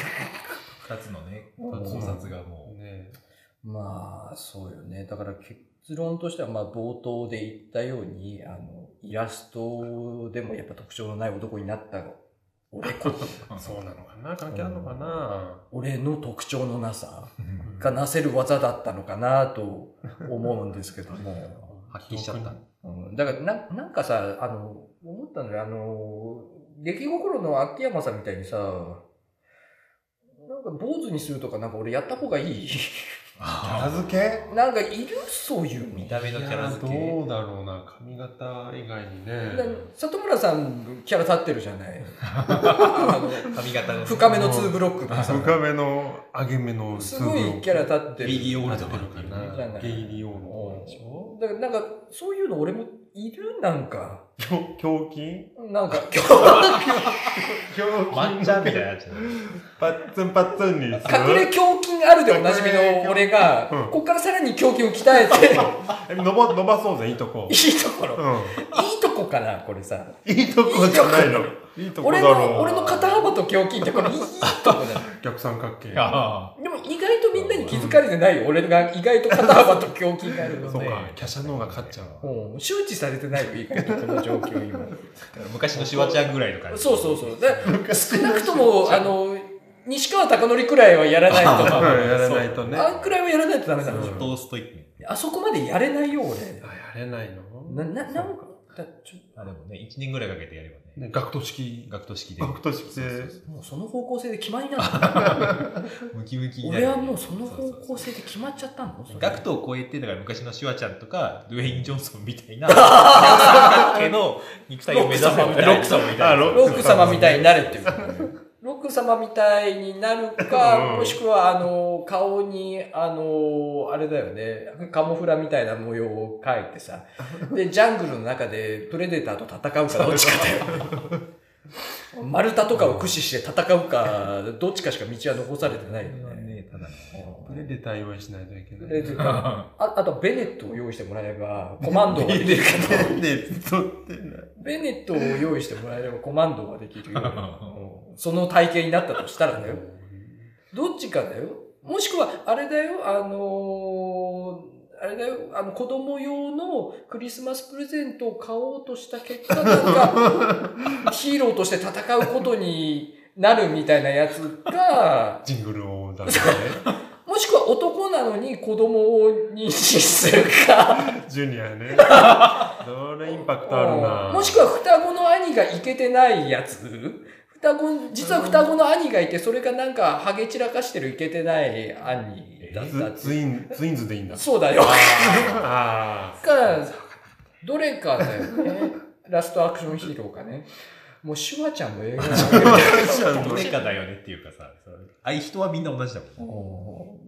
[SPEAKER 1] 二つのね、考察がも
[SPEAKER 3] ね
[SPEAKER 2] まあ、そうよね。だから結論としては、まあ、冒頭で言ったように、あの、イラストでもやっぱ特徴のない男になった俺 こ、
[SPEAKER 1] う。
[SPEAKER 3] そうなのかな関係あるのかな
[SPEAKER 2] 俺の特徴のなさ
[SPEAKER 1] うん
[SPEAKER 2] がなせる技だったのかなと思うんですけども。
[SPEAKER 1] 発揮しちゃった。
[SPEAKER 2] うんだからな、なんかさ、あの、思ったんだよ、あの、出来心の秋山さんみたいにさ、なんか坊主にするとかなんか俺やった方がい い
[SPEAKER 3] 片付け
[SPEAKER 2] なんかいるそういう
[SPEAKER 1] 見
[SPEAKER 2] の。
[SPEAKER 1] た目のキャラ付
[SPEAKER 3] いや
[SPEAKER 1] け。
[SPEAKER 3] どうだろうな髪型以外にね
[SPEAKER 2] な里村さんキャラ立ってるじゃない。 あ
[SPEAKER 1] 髪型
[SPEAKER 2] の
[SPEAKER 1] の。
[SPEAKER 2] 深めの2ブロックがさ
[SPEAKER 3] 深めの上げ目の
[SPEAKER 2] すごいキャラ立ってる。
[SPEAKER 1] ビギーオー
[SPEAKER 3] な
[SPEAKER 1] ル
[SPEAKER 3] って
[SPEAKER 1] ド
[SPEAKER 3] るか
[SPEAKER 2] じゃ
[SPEAKER 3] な
[SPEAKER 2] ない
[SPEAKER 3] ゲイリオーのでしょ
[SPEAKER 2] だからなんか、そういうの俺もいるなんか。
[SPEAKER 3] 胸筋
[SPEAKER 2] なんか、
[SPEAKER 1] ワンチャンみたいなやつじゃない
[SPEAKER 3] パッツンパッツンにす
[SPEAKER 2] 隠れ胸筋あるでおなじみの俺が
[SPEAKER 3] うん、
[SPEAKER 2] こっからさらに胸筋を鍛え て、
[SPEAKER 3] え伸ば伸ばそうぜいいとこ
[SPEAKER 2] いいところ。
[SPEAKER 3] う
[SPEAKER 2] いいとこかな、これさ。
[SPEAKER 3] んいいとこじゃないのいいとこだ
[SPEAKER 2] 俺
[SPEAKER 3] ろ
[SPEAKER 2] の、俺の肩幅と胸筋ってこれいいと こだよ。
[SPEAKER 3] 逆三角形
[SPEAKER 1] あ
[SPEAKER 2] でも意外とみんなに気づかれてないよ。俺が意外と肩幅と胸筋があるの
[SPEAKER 3] そう
[SPEAKER 2] で。
[SPEAKER 3] か華奢の方が勝っちゃうわ
[SPEAKER 2] うん、周知されてないよ、意外とこの状況今。
[SPEAKER 1] あ昔のシワちゃんぐらいの感じ。
[SPEAKER 2] そうそうそう。で少なくとも、あの、西川貴教くらいはやらないと。
[SPEAKER 1] あ
[SPEAKER 3] うんやらないとね
[SPEAKER 2] あ
[SPEAKER 3] あ
[SPEAKER 2] んくらいはやらないとダメなんで
[SPEAKER 1] ず
[SPEAKER 2] し
[SPEAKER 1] っ
[SPEAKER 2] ょ。
[SPEAKER 1] とストイックに。
[SPEAKER 2] あそこまでやれないよ、俺。
[SPEAKER 3] やれないの
[SPEAKER 2] な、な、なんか、だち
[SPEAKER 1] あ、でもね、1年ぐらいかけてやればね。
[SPEAKER 3] ね学徒式
[SPEAKER 1] 学徒式で。
[SPEAKER 3] 学徒式
[SPEAKER 1] そうそうそ
[SPEAKER 3] で
[SPEAKER 1] う
[SPEAKER 2] ょもうその方向性で決まり なの
[SPEAKER 1] ムキムキになる
[SPEAKER 2] 俺はもうその方向性で決まっちゃったのそれ
[SPEAKER 1] 学徒を超えて、だから昔のシュワちゃんとか、ドゥエイン・ジョンソンみたい な、三角形の肉体を目指せみたいな。
[SPEAKER 2] ロック様
[SPEAKER 1] み
[SPEAKER 3] たいな
[SPEAKER 2] ロック様みたいになれっていう。ロック様みたいになるか、
[SPEAKER 3] うん
[SPEAKER 2] もしくは、あの、顔に、あの、あれだよね、カモフラみたいな模様を描いて さ、で、ジャングルの中でプレデターと戦うかどっちかだよ。丸太とかを駆使して戦うか、どっちかしか道は残されてないよね。
[SPEAKER 1] ね、ただ
[SPEAKER 3] これで対応しないといけ
[SPEAKER 2] プ
[SPEAKER 3] な
[SPEAKER 2] レ
[SPEAKER 3] い
[SPEAKER 2] デター ああと、ベネットを用意してもらえば、コマンドができるけ ど、
[SPEAKER 3] で取ってない
[SPEAKER 2] ベネットを用意してもらえればコマンドができる よ。うんその体型になったとしたらだよ。どっちかだよ。もしくは、あれだよ、あのーあれだよ、あの、子供用のクリスマスプレゼントを買おうとした結果、なんか、ヒーローとして戦うことになるみたいなやつか、
[SPEAKER 3] ジングルを出ね。
[SPEAKER 2] もしくは男なのに子供を妊娠するか、
[SPEAKER 3] ジュニア ね。どれインパクトあるな。
[SPEAKER 2] もしくは双子の兄がイケてないやつ双子、実は双子の兄がいて、それがなんか、ハゲ散らかしてるイケてない兄だったっ
[SPEAKER 3] ツ
[SPEAKER 2] て
[SPEAKER 3] ツイン、ツインズでいいんだ。
[SPEAKER 2] そうだよ。
[SPEAKER 3] ああ。
[SPEAKER 2] か、どれかだよね。 ラストアクションヒーローかね。もうシュワちゃんの映画なん だけど
[SPEAKER 1] どれかだよねっていうかさ、そのあい人はみんな同じだもんね。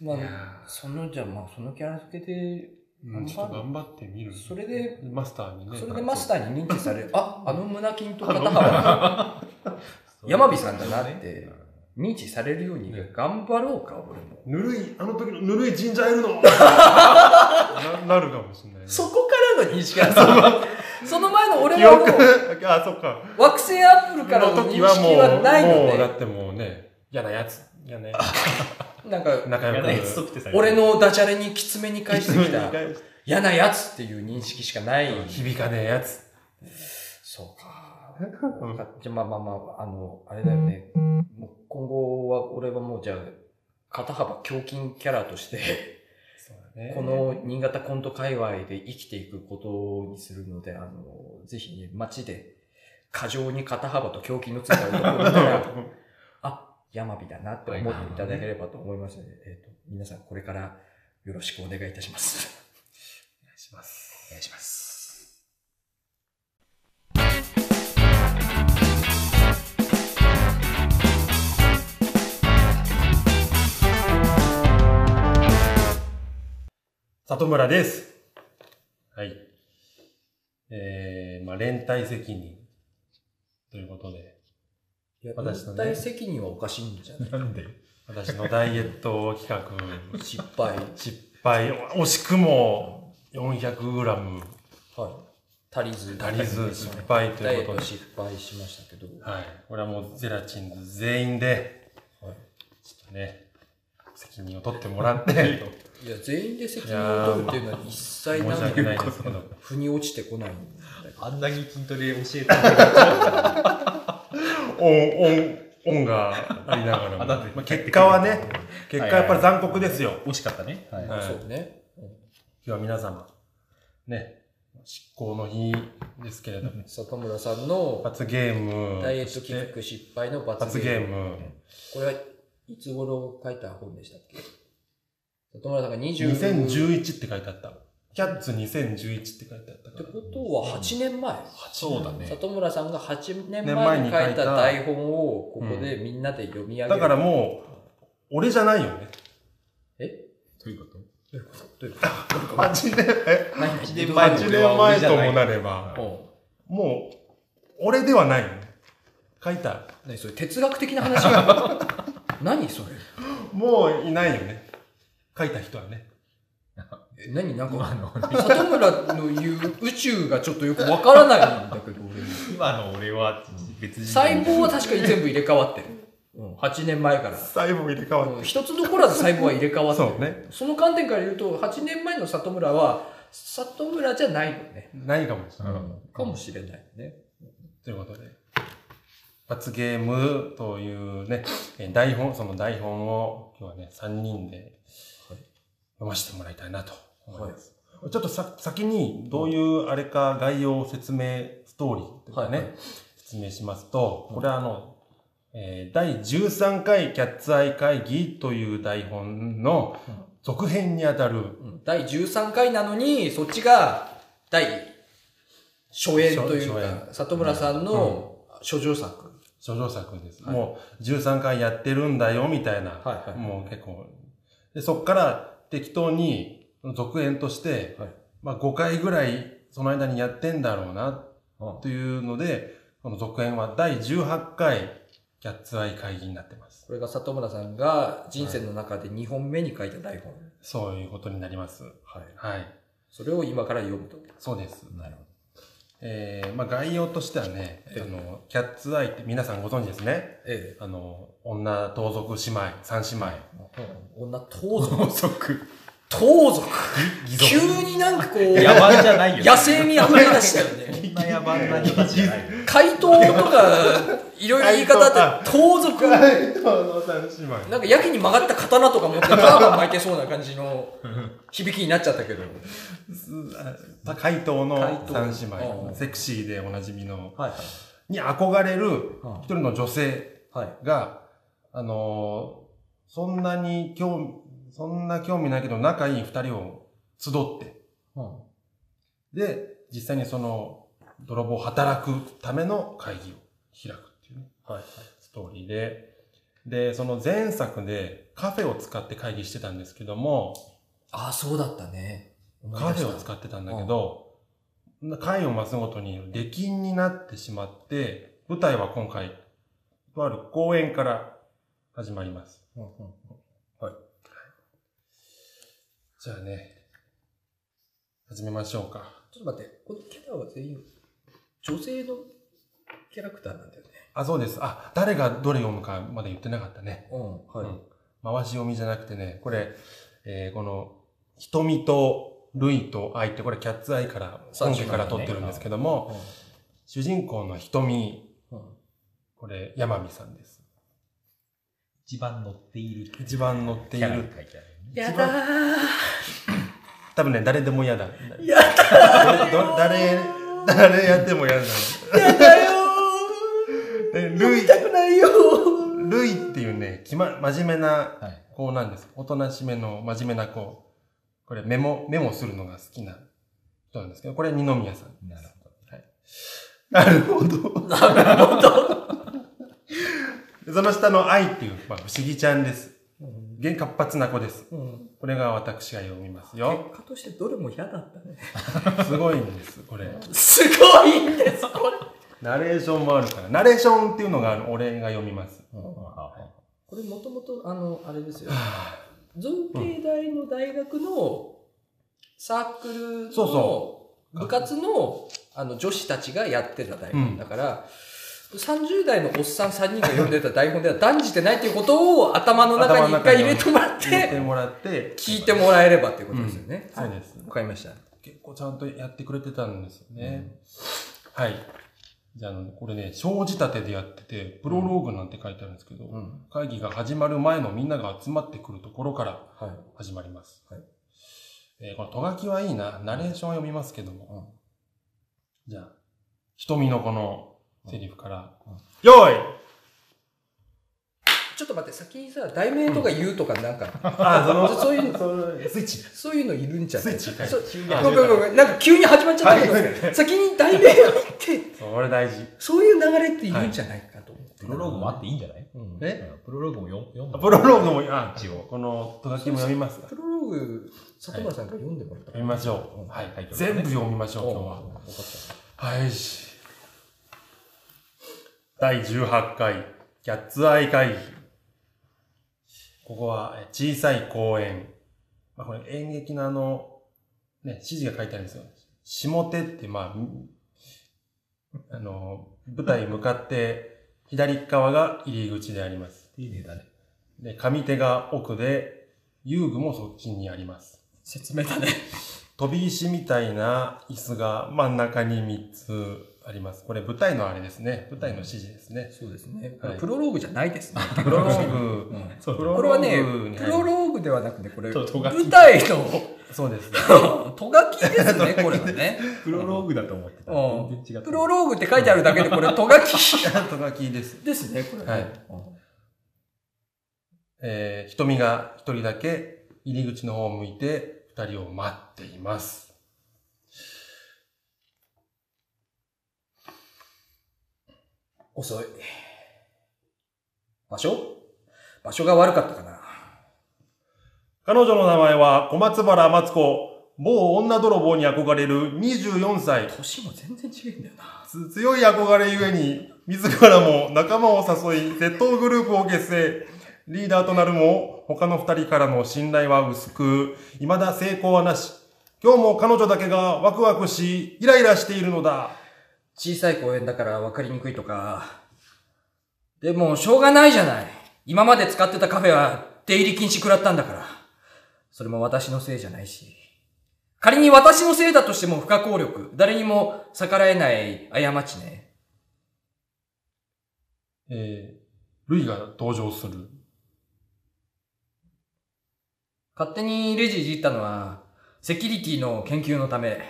[SPEAKER 2] ま
[SPEAKER 3] い
[SPEAKER 2] あ、
[SPEAKER 3] や
[SPEAKER 2] そのじゃあまあそのキャラ付けで、
[SPEAKER 3] ーうんちょっと頑張ってみる。
[SPEAKER 2] それで、
[SPEAKER 3] マスターにね。
[SPEAKER 2] それでマスターに認知される、あ、あの胸筋と肩
[SPEAKER 3] あ
[SPEAKER 2] 幅山火さんだなって認知されるように頑張ろうか、俺も。
[SPEAKER 3] ぬるい、あの時のぬるいジンジャーエー ルのななるかもしれないね。
[SPEAKER 2] そこからの認識がさ、その前の俺
[SPEAKER 3] 記
[SPEAKER 2] は
[SPEAKER 3] 憶
[SPEAKER 2] もう、
[SPEAKER 3] あ、そっか。
[SPEAKER 2] 惑星アップルからの認識はないの
[SPEAKER 3] もうだ
[SPEAKER 2] で、
[SPEAKER 3] ってもうね、嫌なやつ。嫌ね。
[SPEAKER 2] なんか、
[SPEAKER 3] 仲
[SPEAKER 1] や
[SPEAKER 3] 良
[SPEAKER 1] だやつ
[SPEAKER 3] く。
[SPEAKER 1] 特定されてる
[SPEAKER 2] 俺のダジャレにきつめに返してき た。
[SPEAKER 3] 響
[SPEAKER 2] 嫌なやつっていう認識しかない。
[SPEAKER 3] かねえ やつ。
[SPEAKER 2] そうか。じゃあまあまあまあ、あの、あれだよね。もう今後は、俺はもうじゃあ、肩幅胸筋キャラとして、
[SPEAKER 3] そうだね
[SPEAKER 2] この新潟コント界隈で生きていくことにするので、あの、ぜひね、街で、過剰に肩幅と胸筋のついた男を見たら、あ、山火だなって思っていただければと思いますので、えっと、皆さんこれからよろしくお願いいたします。
[SPEAKER 3] お願いします
[SPEAKER 1] お願いします。
[SPEAKER 3] 里村です。はい。えー、まあ連帯責任。ということで、私の
[SPEAKER 2] 絶
[SPEAKER 3] ね
[SPEAKER 2] 対責任はおかしいんじゃない
[SPEAKER 1] なんで
[SPEAKER 3] 私のダイエット企 画、
[SPEAKER 2] 失敗。
[SPEAKER 3] 失敗、惜しくも 400g
[SPEAKER 2] はい。足りず。
[SPEAKER 3] 足りず失敗と
[SPEAKER 2] ダイ
[SPEAKER 3] い
[SPEAKER 2] エ
[SPEAKER 3] う
[SPEAKER 2] ッ
[SPEAKER 3] こ
[SPEAKER 2] ト
[SPEAKER 3] とで。
[SPEAKER 2] 失敗しましたけど。
[SPEAKER 3] はい。これはもうゼラチンズ全員で、
[SPEAKER 2] は
[SPEAKER 3] ちょっとね、責任を取ってもらって、
[SPEAKER 2] い、いや、全員で責任を取るっていうのは一
[SPEAKER 3] 申
[SPEAKER 2] 切
[SPEAKER 3] し
[SPEAKER 2] なん
[SPEAKER 3] 訳ない
[SPEAKER 2] で、
[SPEAKER 3] ですけ ど。
[SPEAKER 2] 腑に落ちてこないんだけど
[SPEAKER 1] あんなに筋トレ教えたのに
[SPEAKER 3] オン、オン、オンがありながらも。
[SPEAKER 1] あだって
[SPEAKER 3] まあ、結果はね、結果はやっぱり残酷ですよ。
[SPEAKER 1] 惜しかったね。はい
[SPEAKER 3] はい
[SPEAKER 2] そうね。
[SPEAKER 3] 今日は皆様、ね、執行の日ですけれども、
[SPEAKER 2] 里村さんの
[SPEAKER 3] 罰ゲーム、
[SPEAKER 2] ダイエット企画失敗の罰
[SPEAKER 3] 罰
[SPEAKER 2] ゲ
[SPEAKER 3] ゲ
[SPEAKER 2] ー
[SPEAKER 3] ー
[SPEAKER 2] ム。
[SPEAKER 3] ム、
[SPEAKER 2] これはいつ頃書いた本でしたっけ里村さんが20
[SPEAKER 3] 2011って書いてあった。キャッツ2011って書いてあった
[SPEAKER 2] って
[SPEAKER 3] か
[SPEAKER 2] ことは8年前、
[SPEAKER 1] そうだね。
[SPEAKER 2] 里村さんが8年前
[SPEAKER 3] 年前
[SPEAKER 2] に
[SPEAKER 3] に
[SPEAKER 2] 書
[SPEAKER 3] 書
[SPEAKER 2] い
[SPEAKER 3] い
[SPEAKER 2] た
[SPEAKER 3] た
[SPEAKER 2] 台本をここでみんなで読み上げ
[SPEAKER 3] ら。
[SPEAKER 2] る。
[SPEAKER 3] だからもう、俺じゃないよね。
[SPEAKER 1] どういうこと
[SPEAKER 2] どういうことどういうこ
[SPEAKER 3] 8年、え
[SPEAKER 2] と何
[SPEAKER 1] 8年前の
[SPEAKER 3] 8年前ともなれば、
[SPEAKER 2] お
[SPEAKER 3] もう、俺ではないよね。書いた。
[SPEAKER 2] う何それ哲学的な話 何それ
[SPEAKER 3] もういないよね。書いた人はね。
[SPEAKER 2] 何なん
[SPEAKER 1] 今
[SPEAKER 2] か、
[SPEAKER 1] の、
[SPEAKER 2] 里村の言う宇宙がちょっとよくわからないんだけど、俺
[SPEAKER 1] 今の俺は別人
[SPEAKER 2] 細胞は確かに全部入れ替わってる。うん、8年前から。
[SPEAKER 3] 細胞入れ替わっ
[SPEAKER 2] うん一つ残らず細胞は入れ替わってる。
[SPEAKER 3] そうね
[SPEAKER 2] その観点から言うと、8年前の里村は、里村じゃないのね。
[SPEAKER 3] ないかもしれない。
[SPEAKER 1] うん
[SPEAKER 2] かもしれないね。
[SPEAKER 3] ということで、罰ゲームというね、えー台本、その台本を今日はね、3人で
[SPEAKER 2] はい
[SPEAKER 3] 読ませてもらいたいなと思います。ちょっとさ先にどういうあれか概要を説明、ストーリーというかね、
[SPEAKER 2] はいは
[SPEAKER 3] 説明しますと、これはあの、えー第13回キャッツアイ会議という台本の続編にあた
[SPEAKER 2] う
[SPEAKER 3] る
[SPEAKER 2] ん第13回なのに、そっちが、第、初演という
[SPEAKER 3] 初
[SPEAKER 2] か
[SPEAKER 3] 演、
[SPEAKER 2] 里村さんの諸女作。
[SPEAKER 3] 諸女作です。
[SPEAKER 2] はい
[SPEAKER 3] もう13回やってるんだよ、みたいな。
[SPEAKER 2] はいはい
[SPEAKER 3] もう結構。で、そっから適当に続編として、
[SPEAKER 2] はい
[SPEAKER 3] まあ5回ぐらいその間にやってんだろうな、
[SPEAKER 2] うん
[SPEAKER 3] というので、この続編は第18回キャッツアイ会議になってます。
[SPEAKER 2] これが里村さんが人生の中で2本目に書いた台本。
[SPEAKER 3] そういうことになります。
[SPEAKER 2] はい。
[SPEAKER 3] はい。
[SPEAKER 2] それを今から読むと。
[SPEAKER 3] そうです。
[SPEAKER 1] なるほ
[SPEAKER 3] えー、まあ概要としてはね、
[SPEAKER 2] ええ
[SPEAKER 3] あの、キャッツアイって皆さんご存知ですね。
[SPEAKER 2] え
[SPEAKER 3] あの、女、盗賊姉妹、三姉妹。
[SPEAKER 2] え。女盗賊。
[SPEAKER 3] 賊。
[SPEAKER 2] 盗賊。
[SPEAKER 3] 偽造
[SPEAKER 2] 急になんかこう、
[SPEAKER 1] 野蛮じゃないよ。
[SPEAKER 2] 野生味溢れ出したよね。
[SPEAKER 1] そんな野蛮な人たちじゃないよ。
[SPEAKER 2] 怪盗とか、いろいろ言い方あって、盗賊。
[SPEAKER 3] はい、どうぞ、三姉妹。
[SPEAKER 2] なんかやけに曲がった刀とか持ってターバン巻いてそうな感じの響きになっちゃったけど。
[SPEAKER 3] 怪盗の
[SPEAKER 2] 怪盗
[SPEAKER 3] 三姉妹、
[SPEAKER 2] うん
[SPEAKER 3] セクシーでおなじみの、
[SPEAKER 2] はい
[SPEAKER 3] に憧れる
[SPEAKER 2] うん
[SPEAKER 3] 一人の女性
[SPEAKER 2] はい。
[SPEAKER 3] が、あのーそんなに興味、そんな興味ないけど仲いい二人を集って、
[SPEAKER 2] は
[SPEAKER 3] で、実際にその、泥棒を働くための会議を開くっていうね、
[SPEAKER 2] い。
[SPEAKER 3] ストーリーで、で、その前作でカフェを使って会議してたんですけども、
[SPEAKER 2] ああ、そうだったね。
[SPEAKER 3] カフェを使ってたんだけど、回を増すごとに出禁になってしまって、舞台は今回、とある公演から始まります。
[SPEAKER 2] うんうん
[SPEAKER 3] じゃあね、始めましょうか。
[SPEAKER 2] ちょっと待って、このキャラは全員女性のキャラクターなんだよね。
[SPEAKER 3] あ、そうです。あ、誰がどれ読むかまで言ってなかったね。
[SPEAKER 2] うん、はい。
[SPEAKER 3] うん回し読みじゃなくてね、これ、えーこの、瞳と、ルイと愛って、これキャッツアイから、
[SPEAKER 2] さっ
[SPEAKER 3] 本
[SPEAKER 2] き
[SPEAKER 3] 家から撮ってるんですけども、主人公の瞳、これ、山美さんです。
[SPEAKER 1] 一番乗っている。
[SPEAKER 3] 一番乗ってい
[SPEAKER 1] キャラ
[SPEAKER 3] る
[SPEAKER 1] が書いてあるよね。
[SPEAKER 2] やだー
[SPEAKER 3] 多分ね、誰でも嫌だ。
[SPEAKER 2] やだー
[SPEAKER 3] どど誰、誰やっても 嫌だ。
[SPEAKER 2] やだよ
[SPEAKER 3] で
[SPEAKER 2] ー
[SPEAKER 3] ルイ
[SPEAKER 2] 見、たくないよー
[SPEAKER 3] ルイっていうね、きま、真面目な
[SPEAKER 1] はい。
[SPEAKER 3] 子なんです。おとなしめの真面目な子。これメモ、メモするのが好きな人なんですけど、これ二宮さん。
[SPEAKER 1] なるほど。
[SPEAKER 3] なるほど。
[SPEAKER 2] なるほど。
[SPEAKER 3] その下の愛っていう、まあ、不思議ちゃんです。現活発な子です。
[SPEAKER 2] うん。
[SPEAKER 3] これが私が読みますよ。
[SPEAKER 2] 結果としてどれも嫌だったね。
[SPEAKER 3] すごいんです、これ。
[SPEAKER 2] すごいんです、これ。
[SPEAKER 3] ナレーションもあるから。ナレーションっていうのがある、俺が読みます。
[SPEAKER 2] これもともと、あの、あれですよ。造形大の大学のサークル
[SPEAKER 3] そう
[SPEAKER 2] の
[SPEAKER 3] そ
[SPEAKER 2] 部活のあの女子たちがやってた台
[SPEAKER 3] う
[SPEAKER 2] 本
[SPEAKER 3] ん
[SPEAKER 2] だから、30代のおっさん3人が読んでた台本では断じてないということを頭の中に一回入れてもらっ
[SPEAKER 3] 言って
[SPEAKER 2] て、
[SPEAKER 3] もらって。
[SPEAKER 2] 聞いてもらえればということですよね。
[SPEAKER 3] そう
[SPEAKER 2] はい
[SPEAKER 3] です。
[SPEAKER 2] わかりました。
[SPEAKER 3] 結構ちゃんとやってくれてたんですよね。はい。じゃああの、これね、生じたてでやってて、プロローグなんて書いてあるんですけど、
[SPEAKER 2] ん。
[SPEAKER 3] 会議が始まる前のみんなが集まってくるところから
[SPEAKER 2] はい。
[SPEAKER 3] 始まります。
[SPEAKER 2] はい
[SPEAKER 3] えーこのとがきはいいな。ナレーションを読みますけども。じゃあ、瞳のこのセリフから、よーい
[SPEAKER 2] ちょっと待って、先にさ、題名とか言うとかなんか、
[SPEAKER 3] あ、そ
[SPEAKER 2] そそういうの、
[SPEAKER 3] の、スイッチ。
[SPEAKER 2] そういうのいるんじゃない
[SPEAKER 3] スイッチかい
[SPEAKER 2] そう
[SPEAKER 1] 急に
[SPEAKER 2] ごめんごめんごめんなんか急に始まっちゃったけど、先に題名を言って、
[SPEAKER 3] そう、俺大事。
[SPEAKER 2] そういう流れっているんじゃないかと思って。
[SPEAKER 1] プロローグもあっていいんじゃない
[SPEAKER 2] うん
[SPEAKER 3] え
[SPEAKER 1] うんプロローグも読読んだ
[SPEAKER 3] あプロローグも、あ、一応、このとがきも読みますか
[SPEAKER 2] プロローグ、里村さんが読んでもらった
[SPEAKER 3] 読みましょう。
[SPEAKER 1] は
[SPEAKER 3] はいい。全部読みましょう、今日は。はい。第18回、キャッツアイ会議。ここは、え小さい公園。まあ、これ演劇のあの、ね、指示が書いてあるんですよ。下手って、まあみ、あの、舞台に向かって、左側が入り口であります。
[SPEAKER 1] 丁寧だね。
[SPEAKER 3] で、上手が奥で、遊具もそっちにあります。
[SPEAKER 2] 説明だね。
[SPEAKER 3] 飛び石みたいな椅子が真ん中に3つあります。これ舞台のあれですね。舞台の指示ですね。
[SPEAKER 2] そうですね
[SPEAKER 3] はい
[SPEAKER 2] プロローグじゃないですね。
[SPEAKER 3] プロローグ。
[SPEAKER 2] うん
[SPEAKER 1] そう
[SPEAKER 3] プロ
[SPEAKER 2] これはね
[SPEAKER 3] ローグに、
[SPEAKER 2] プロローグではなくて、これ、
[SPEAKER 1] ととがき
[SPEAKER 2] 舞台の、
[SPEAKER 3] そうです。
[SPEAKER 2] とがきですね、これはね。
[SPEAKER 1] プロローグだと思ってた。
[SPEAKER 2] う
[SPEAKER 1] 全然違った。
[SPEAKER 2] んプロローグって書いてあるだけで、これ、とがき
[SPEAKER 3] とがきです。
[SPEAKER 2] ですね、これね。
[SPEAKER 3] はい
[SPEAKER 2] うん
[SPEAKER 3] えー、瞳が一人だけ入り口の方を向いて二人を待っています。
[SPEAKER 2] 遅い。場所場所が悪かったかな。
[SPEAKER 3] 彼女の名前は小松原松子。某女泥棒に憧れる24歳。
[SPEAKER 2] 年も全然違うんだよな。
[SPEAKER 3] つ強い憧れゆえに、自らも仲間を誘い、窃盗グループを結成。リーダーとなるも、他の二人からの信頼は薄く、未だ成功はなし。今日も彼女だけがワクワクし、イライラしているのだ。
[SPEAKER 2] 小さい公園だから分かりにくいとか。でも、しょうがないじゃない。今まで使ってたカフェは出入り禁止食らったんだから。それも私のせいじゃないし。仮に私のせいだとしても不可抗力。誰にも逆らえない過ちね。
[SPEAKER 3] えー、ルイが登場する。
[SPEAKER 2] 勝手にレジいじったのは、セキュリティの研究のため。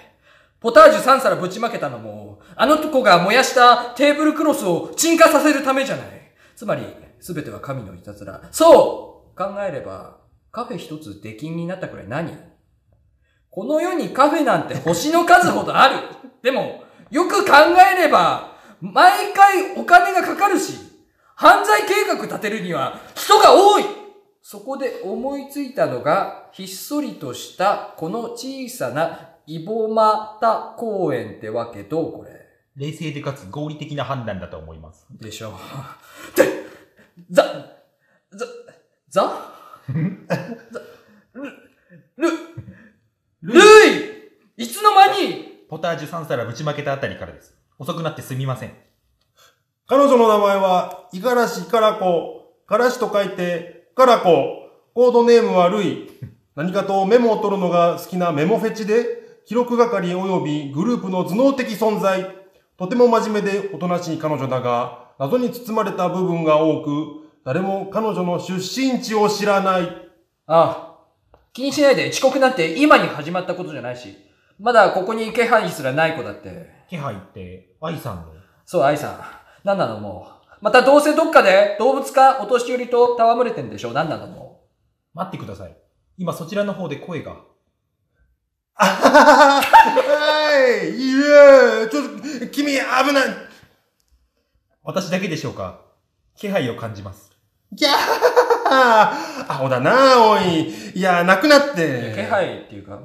[SPEAKER 2] ポタージュ3皿ぶちまけたのも、あの子が燃やしたテーブルクロスを沈下させるためじゃない。つまり、すべては神のいたずら。そう考えれば、カフェ一つ出禁になったくらい何この世にカフェなんて星の数ほどある。でも、よく考えれば、毎回お金がかかるし、犯罪計画立てるには人が多いそこで思いついたのが、ひっそりとしたこの小さなイボマタ公園ってわけど、これ。
[SPEAKER 1] 冷静でかつ合理的な判断だと思います。
[SPEAKER 2] でしょう。 で、ざ、ざ、ざ ざ、ル、ル、ルイいつの間に
[SPEAKER 1] ポタージュ3皿ぶちまけたあたりからです。遅くなってすみません。
[SPEAKER 3] 彼女の名前は、五十嵐から子。からしと書いて、から子。コードネームはルイ。何かとメモを取るのが好きなメモフェチで、記録係及びグループの頭脳的存在。とても真面目でおとなしい彼女だが、謎に包まれた部分が多く、誰も彼女の出身地を知らない。
[SPEAKER 2] ああ、気にしないで遅刻なんて今に始まったことじゃないし、まだここに気配すらない子だって。
[SPEAKER 1] 気配って、愛さんの。
[SPEAKER 2] そう、愛さん。なんなのもう。またどうせどっかで動物かお年寄りと戯れてんでしょなんなのも
[SPEAKER 1] 待ってください。今そちらの方で声が。
[SPEAKER 3] あははは はいいやちょっと、君危ない
[SPEAKER 1] 私だけでしょうか気配を感じます。
[SPEAKER 3] ギャーアホだな、おい。いや、なくなっ
[SPEAKER 2] う。
[SPEAKER 3] て。
[SPEAKER 2] 気配っていうか、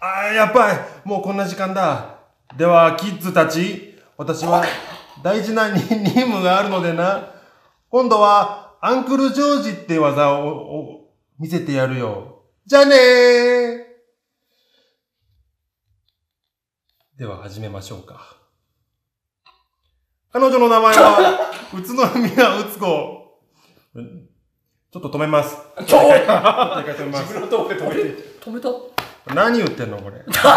[SPEAKER 3] あーやっぱり、もうこんな時間だ。では、キッズたち、私は大事なに 任務があるのでな。今度は、アンクルジョージって技をを見せてやるよ。じゃあねーでは始めましょうか。彼女の名前は、宇都宮うつこ。ちょっと止めます。
[SPEAKER 2] ち ょ
[SPEAKER 3] 一回止めます。
[SPEAKER 2] 止めた
[SPEAKER 3] 何言ってん のこれ。さっきか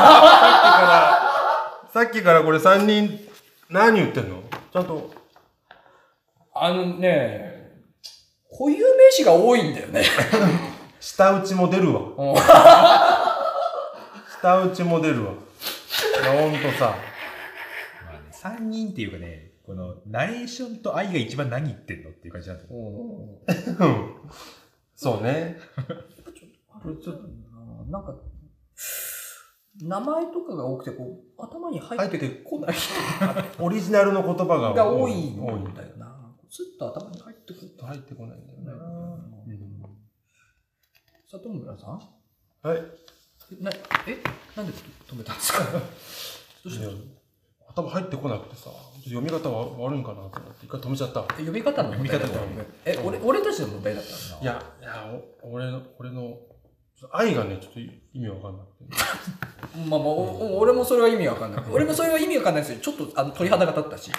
[SPEAKER 3] ら、さっきからこれ3人、何言ってんのちゃんと。
[SPEAKER 2] あのね、固有名詞が多いんだよね。
[SPEAKER 3] 下打ちも出るわ
[SPEAKER 2] うん。
[SPEAKER 3] 下打ちも出るわ。いや、ほんとさ。
[SPEAKER 1] まあね、3人っていうかね、この、ナレーションと愛が一番何言ってんのっていう感じなんですよ。
[SPEAKER 2] う
[SPEAKER 3] うんそうね。
[SPEAKER 2] ん、ちょっと、なんか、名前とかが多くて、こう、頭に入ってこない
[SPEAKER 3] オリジナルの言葉が
[SPEAKER 2] が多いん
[SPEAKER 3] 多いん
[SPEAKER 2] だ
[SPEAKER 3] だよ。
[SPEAKER 2] よな。ずっと頭に入ってくる。
[SPEAKER 3] 入ってこないんだよね。うん
[SPEAKER 2] 里村さん
[SPEAKER 3] はい。
[SPEAKER 2] えなえなんで止めたんですかどうし
[SPEAKER 3] い
[SPEAKER 2] た
[SPEAKER 3] や
[SPEAKER 2] え
[SPEAKER 3] 頭入ってこなくてさ、ちょっと読み方は悪いんかなと思って一回止めちゃった。
[SPEAKER 2] 読み方の問題だった
[SPEAKER 1] 読み
[SPEAKER 3] 方の
[SPEAKER 2] え、俺、俺たちの問題だった
[SPEAKER 3] いや、いや、お俺の、俺の、ちょっと愛がね、ちょっと意味わかんなくて。
[SPEAKER 2] のまあまあ、お俺もそれは意味わかんない。俺もそれは意味わかんないですよ。ちょっと、あの、鳥肌が立ったし。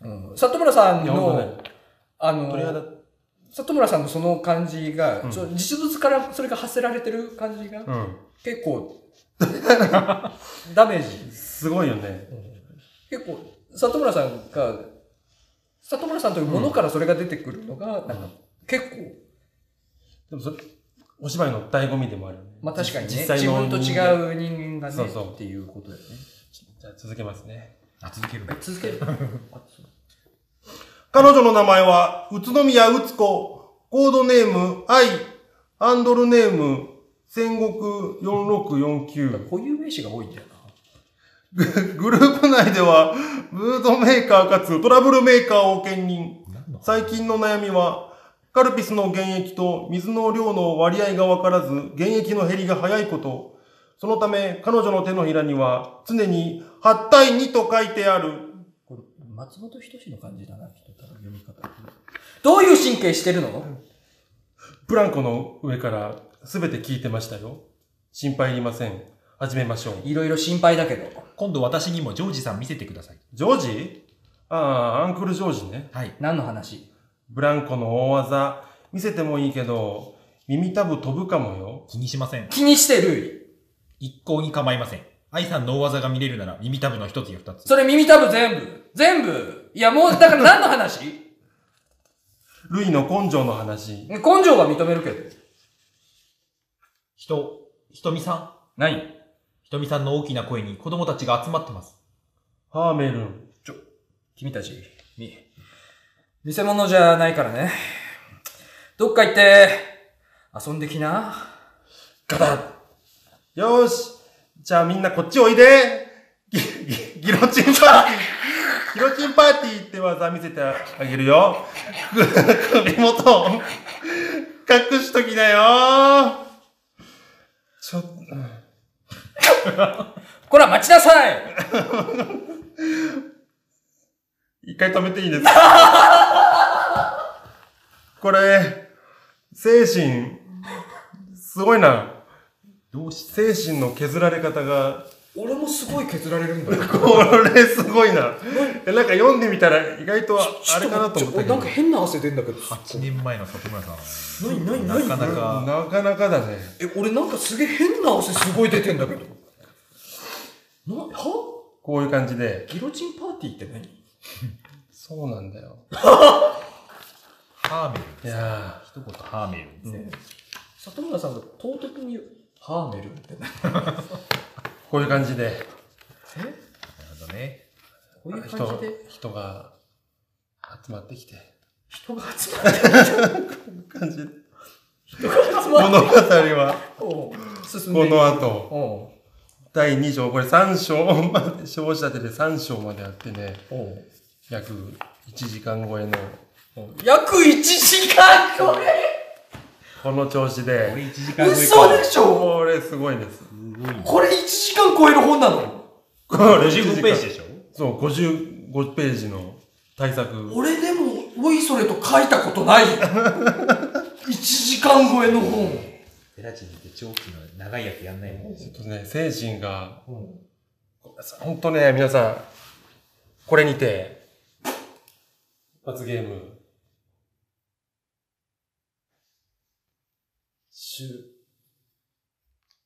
[SPEAKER 3] う
[SPEAKER 2] うん。里村さ
[SPEAKER 3] ん。
[SPEAKER 2] ん
[SPEAKER 3] いや、ほんと
[SPEAKER 2] の
[SPEAKER 3] ね、、
[SPEAKER 2] あ
[SPEAKER 3] 鳥肌
[SPEAKER 2] の、、里村さんのその感じが、
[SPEAKER 3] うん
[SPEAKER 2] その実物からそれが発せられてる感じが、
[SPEAKER 3] うん。
[SPEAKER 2] 結構、ダメージ。
[SPEAKER 3] すごいよね。
[SPEAKER 2] 結構、里村さんが、里村さんというものからそれが出てくるのが、なんか、結構、
[SPEAKER 3] でもそれ、お芝居の醍醐味でもあるよね。
[SPEAKER 2] まあ確かにね、
[SPEAKER 3] 実
[SPEAKER 2] 自
[SPEAKER 3] 際の
[SPEAKER 2] 分と違う人間がね、
[SPEAKER 3] そうそう
[SPEAKER 2] っていうことだよね。
[SPEAKER 3] じゃあ続けますね。
[SPEAKER 1] あ、続けるね。
[SPEAKER 2] 続ける。あ
[SPEAKER 3] 彼女の名前は、宇都宮うつこ。コードネーム、愛。ハンドルネーム、戦国4649。
[SPEAKER 2] 固有名詞が多いんだよ
[SPEAKER 3] グループ内では、ムードメーカーかつトラブルメーカーを兼任。
[SPEAKER 1] 何の
[SPEAKER 3] 最近の悩みは、カルピスの原液と水の量の割合が分からず、原液の減りが早いこと。そのため、彼女の手のひらには、常に8対2と書いてある。
[SPEAKER 2] これ、松本人志の感じだな、きっと多分読み方。どういう神経してるの
[SPEAKER 3] ブランコの上からすべて聞いてましたよ。心配いりません。始めましょう。
[SPEAKER 2] いろいろ心配だけど。
[SPEAKER 1] 今度私にもジョージさん見せてください。
[SPEAKER 3] ジョージああ、アンクルジョージね。
[SPEAKER 1] はい。
[SPEAKER 2] 何の話
[SPEAKER 3] ブランコの大技、見せてもいいけど、耳たぶ飛ぶかもよ。
[SPEAKER 1] 気にしません。
[SPEAKER 2] 気にしてる
[SPEAKER 1] 一向に構いません。愛さんの大技が見れるなら耳たぶの一つや二つ。
[SPEAKER 2] それ耳たぶ全部。全部。いや、もう、だから何の話
[SPEAKER 3] ルイの根性の話。
[SPEAKER 2] 根性は認めるけど。
[SPEAKER 1] ひと、ひとみさん。
[SPEAKER 2] 何
[SPEAKER 1] ひとみさんの大きな声に子供たちが集まってます。
[SPEAKER 3] ハーメルン。
[SPEAKER 2] 君たち、み、偽物じゃないからね。どっか行って、遊んできな。
[SPEAKER 3] ガタッよーしじゃあみんなこっちおいでギ、ギ、ギロチンパーティーギロチンパーティーって技見せてあげるよく首元を隠しときなよちょっと、
[SPEAKER 2] こら、待ちなさい
[SPEAKER 3] 一回止めていいですかこれ、精神、すごいな。
[SPEAKER 1] どうし、
[SPEAKER 3] 精神の削られ方が
[SPEAKER 2] 俺もすごい削られるんだよ。
[SPEAKER 3] これすごいな。えなんか読んでみたら意外とあれかなと思ったけど。
[SPEAKER 2] 変な汗出んだけど。
[SPEAKER 1] 8年前の里村さんはね。
[SPEAKER 2] 何何
[SPEAKER 1] なか
[SPEAKER 2] 何
[SPEAKER 1] なか、
[SPEAKER 3] なかなかだね。
[SPEAKER 2] え、俺なんかすげえ変な汗すごい出てんだけど。な、は
[SPEAKER 3] こういう感じで。
[SPEAKER 2] ギロチンパーティーって何
[SPEAKER 3] そうなんだよ。
[SPEAKER 1] ハーメルン。
[SPEAKER 3] いや
[SPEAKER 1] 一言ハーメルンですね。
[SPEAKER 2] 里村さんが唐突に言う。ハーメルンって何
[SPEAKER 3] ーこういう感じで、
[SPEAKER 2] え
[SPEAKER 1] なるほどね。
[SPEAKER 2] こういう感
[SPEAKER 3] 人
[SPEAKER 2] じで、
[SPEAKER 3] 人が集まってきて。
[SPEAKER 2] 人が集まって、
[SPEAKER 3] 感じ
[SPEAKER 2] 人が集ま
[SPEAKER 3] 物
[SPEAKER 2] っ
[SPEAKER 3] 語は、
[SPEAKER 2] て、おう進んで
[SPEAKER 3] こ
[SPEAKER 2] いく
[SPEAKER 3] の後、
[SPEAKER 2] おう
[SPEAKER 3] 第2章、これ3章まで、勝者手で3章まであってね、
[SPEAKER 2] おう
[SPEAKER 3] 約1時間超えの、
[SPEAKER 2] おう約1時間これ
[SPEAKER 3] この調子
[SPEAKER 1] これ
[SPEAKER 3] で、
[SPEAKER 1] 1時間超え
[SPEAKER 2] 嘘でしょ
[SPEAKER 3] これすごいです。
[SPEAKER 1] すごい。
[SPEAKER 2] これ1時間超える本なの
[SPEAKER 3] これ一時
[SPEAKER 1] 55
[SPEAKER 3] 間
[SPEAKER 1] ページでしょ
[SPEAKER 3] そう、55ページの対策。
[SPEAKER 2] 俺でも、おいそれと書いたことないよ。1時間超えの本。
[SPEAKER 1] ゼラチンって長期の長いやつやんないもん。
[SPEAKER 3] ちょっとね、精神が、
[SPEAKER 2] うん
[SPEAKER 3] ほんとね、皆さん、これにて、罰ゲーム、終、